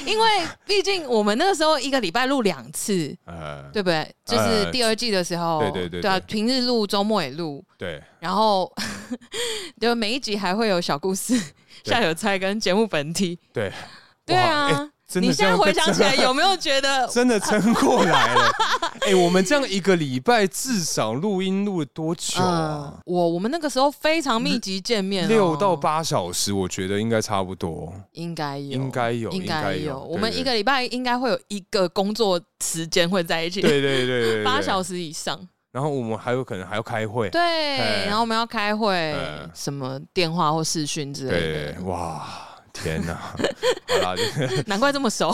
S2: 因为毕竟我们那个时候一个礼拜录两次，
S1: 呃，
S2: 对不对？就是第二季的时候，
S1: 对对对
S2: 啊，
S1: 对
S2: 平日录，周末也录，
S1: 对，
S2: 然后就每一集还会有小故事，
S1: 对
S2: 下酒菜跟节目本体。
S1: 对，
S2: 对
S1: 哇
S2: 啊
S1: 哎，真的
S2: 你现
S1: 这
S2: 在
S1: 样
S2: 回想起来，有没有觉得
S1: 真的撑过来 了。哎、我们这样一个礼拜至少录音录了多久
S2: 嗯
S1: 啊，？
S2: 我我们那个时候非常密集见面哦，
S1: 六到八小时，我觉得应该差不多。
S2: 应该有，
S1: 应该有
S2: 应
S1: 应该
S2: 该
S1: 有
S2: 有。我们
S1: 对对
S2: 一个礼拜应该会有一个工作时间会在一起，
S1: 对对对对对，
S2: 八小
S1: 时。
S2: 时以上。
S1: 然后我们还有可能还要开会。
S2: 对
S1: 哎，
S2: 然后我们要开会
S1: 哎，
S2: 什么电话或视讯之类
S1: 对，
S2: 的，
S1: 哇，天哪！ 好啦，这个
S2: 难怪这 么熟。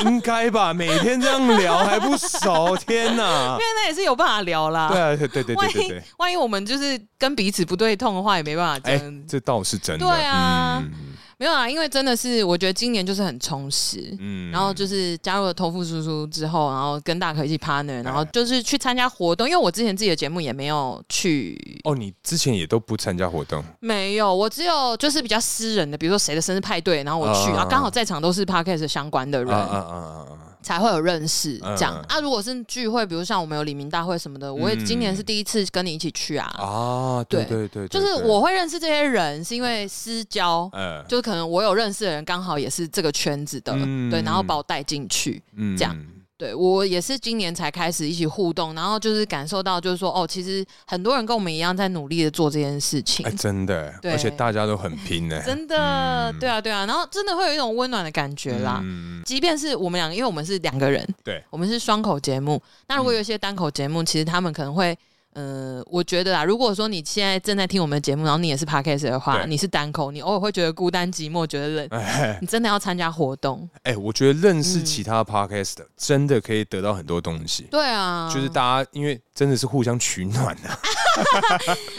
S1: 真应该吧？每天这样聊还不熟，天 哪！
S2: 因为那也是有办法聊啦。
S1: 对啊，对对对
S2: 万
S1: 对对
S2: 一
S1: 对，
S2: 万一我们就是跟彼此不对痛的话，也没办法这
S1: 哎、
S2: 样。
S1: 这倒是真的。
S2: 对啊
S1: 嗯，
S2: 没有啦，因为真的是我觉得今年就是很充实。
S1: 嗯
S2: 然后就是加入了头富叔叔之后，然后跟大可一起 partner，然后就是去参加活动，因为我之前自己的节目也没有去，
S1: 哦，你之前也都不参加活动，
S2: 没有，我只有就是比较私人的，比如说谁的生日派对，然后我去
S1: 啊
S2: 啊，刚好在场都是 podcast 相关的
S1: 啊
S2: 人，
S1: 啊啊啊啊！
S2: 才会有认识
S1: 嗯嗯
S2: 这样啊。如果是聚会，比如像我们有李明大会什么的，我也今年是第一次跟你一起去啊，
S1: 啊，对对对，对
S2: 就是，我会认识这些人，是因为私交，
S1: 对呃，
S2: 就是可能我有认识的人刚好也是这个圈子的，
S1: 嗯
S2: 对，然后把我带进去。
S1: 嗯
S2: 这样对我也是今年才开始一起互动，然后就是感受到，就是说哦，其实很多人跟我们一样在努力的做这件事情
S1: 哎，，真的，
S2: 对
S1: 而且大家都很拼呢，
S2: 真的，
S1: 嗯
S2: 对啊，对啊，然后真的会有一种温暖的感觉啦。
S1: 嗯，
S2: 即便是我们两个，因为我们是两个人，
S1: 对，嗯
S2: 我们是双口节目。那如果有一些单口节目，其实他们可能会，呃，我觉得啊，如果说你现在正在听我们的节目，然后你也是 podcast 的话，
S1: 对
S2: 你是单口，你偶尔会觉得孤单寂寞，觉得冷，
S1: 哎
S2: 你真的要参加活动。
S1: 哎，我觉得认识其他 podcast 的真的可以得到很多东西。
S2: 嗯对啊，
S1: 就是大家因为真的是互相取暖 的、啊，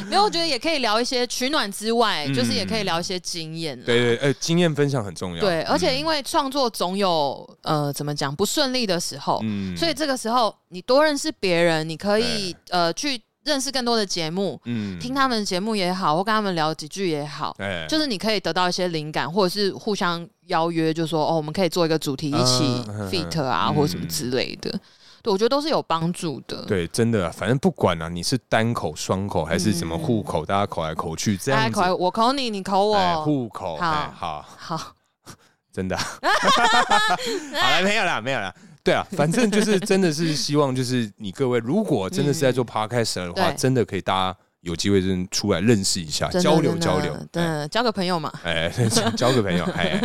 S2: 没有，我觉得也可以聊一些取暖之外，
S1: 嗯
S2: 就是也可以聊一些经验啦。
S1: 对对，呃，经验分享很重要。
S2: 对，而且
S1: 嗯
S2: 因为创作总有呃怎么讲不顺利的时候，
S1: 嗯
S2: 所以这个时候你多认识别人，你可以呃去认识更多的节目，
S1: 嗯
S2: 听他们的节目也好，或跟他们聊几句也好，
S1: 哎
S2: 就是你可以得到一些灵感，或者是互相邀约，就说哦，我们可以做一个主题一起
S1: 嗯嗯
S2: fit 啊，
S1: 嗯
S2: 或者什么之类的。对，我觉得都是有帮助的。
S1: 对，真的啊、反正不管啊，你是单口、双口还是什么户口，大家口来口去这
S2: 嗯大
S1: 样
S2: 家
S1: 子，
S2: 考我考你，你考我。
S1: 哎户口，
S2: 哦好
S1: 哎，好，
S2: 好，
S1: 真 的啊，好了，没有啦，没有啦。对啊，反正就是真的是希望，就是你各位如果真的是在做 podcast 的话，
S2: 嗯对
S1: 真的可以大家有机会真的出来认识一下，
S2: 真的
S1: 交流
S2: 真的
S1: 交流，
S2: 真
S1: 哎
S2: 的交个朋友嘛。
S1: 哎， 交个朋友，哎，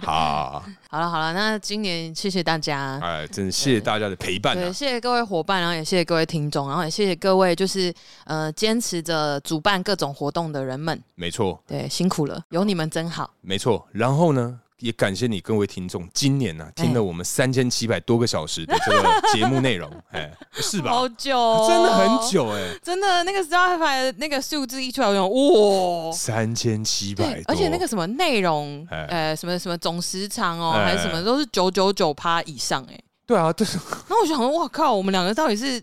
S1: 好，
S2: 好了好了，那今年谢谢大家。
S1: 哎，真的谢谢大家的陪伴啊
S2: 对，，谢谢各位伙伴，然后也谢谢各位听众，然后也谢谢各位就是呃坚持着主办各种活动的人们，
S1: 没错，
S2: 对，辛苦了，有你们真好。
S1: 没错。然后呢，也感谢你各位听众，今年呢、
S2: 哎
S1: 听了我们三千七百多个小时的这个节目内容， 哎，是吧
S2: 好？久、哦，
S1: 啊真的很，久哎、
S2: 真的那个 Spotify 的那个数字一出来，我就哇，
S1: 三千七百
S2: 对，
S1: 多，
S2: 哎而且那个什么内容，
S1: 哎
S2: 呃，什么什么总时长哦，
S1: 哎
S2: 还是什么，都是九九九趴以上哎。
S1: 对啊，这是
S2: 然后我就想说，哇靠，我们两个到底是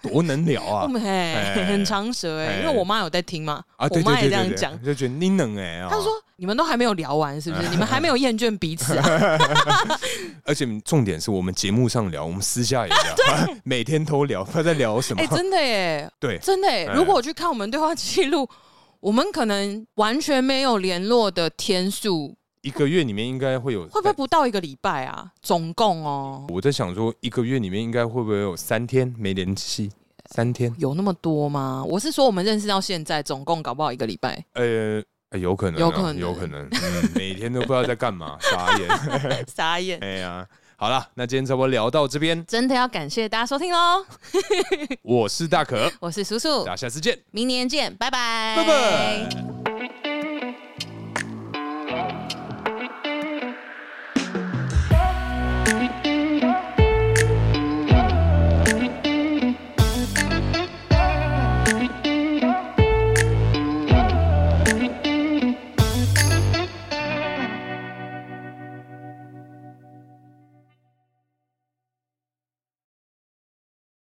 S1: 多能聊
S2: 我
S1: 啊！
S2: 们嘿
S1: 哎
S2: 很长舌哎，
S1: 哎
S2: 因为我妈有在听嘛，
S1: 啊，
S2: 我
S1: 对对
S2: 妈也
S1: 对
S2: 这样
S1: 对
S2: 讲
S1: 对，，就觉得你能哎、啊
S2: 她说你们都还没有聊完是不是？你们还没有厌倦彼此啊？
S1: 而且重点是我们节目上聊，我们私下也 聊，每天都聊，不知道在聊什么
S2: 哎，。真的耶，
S1: 对，
S2: 真的耶！
S1: 哎
S2: 如果我去看我们对话记录， 我们可能完全没有联络的天数，
S1: 一个月里面应该会有，
S2: 会不会不到一个礼拜啊？总共哦，
S1: 我在想说，一个月里面应该会不会有三天没联系？三天？
S2: 有那么多吗？我是说，我们认识到现在，总共搞不好一个礼拜。
S1: 呃，呃有可能啊、
S2: 有可能
S1: 有可能，嗯，每天都不知道在干嘛，傻 眼。
S2: 傻眼！
S1: 哎呀，好了，那今天差不多聊到这边，
S2: 真的要感谢大家收听喽！
S1: 我是大可，
S2: 我是叔叔
S1: 大，家下次见，
S2: 明年见，拜拜，
S1: 拜拜。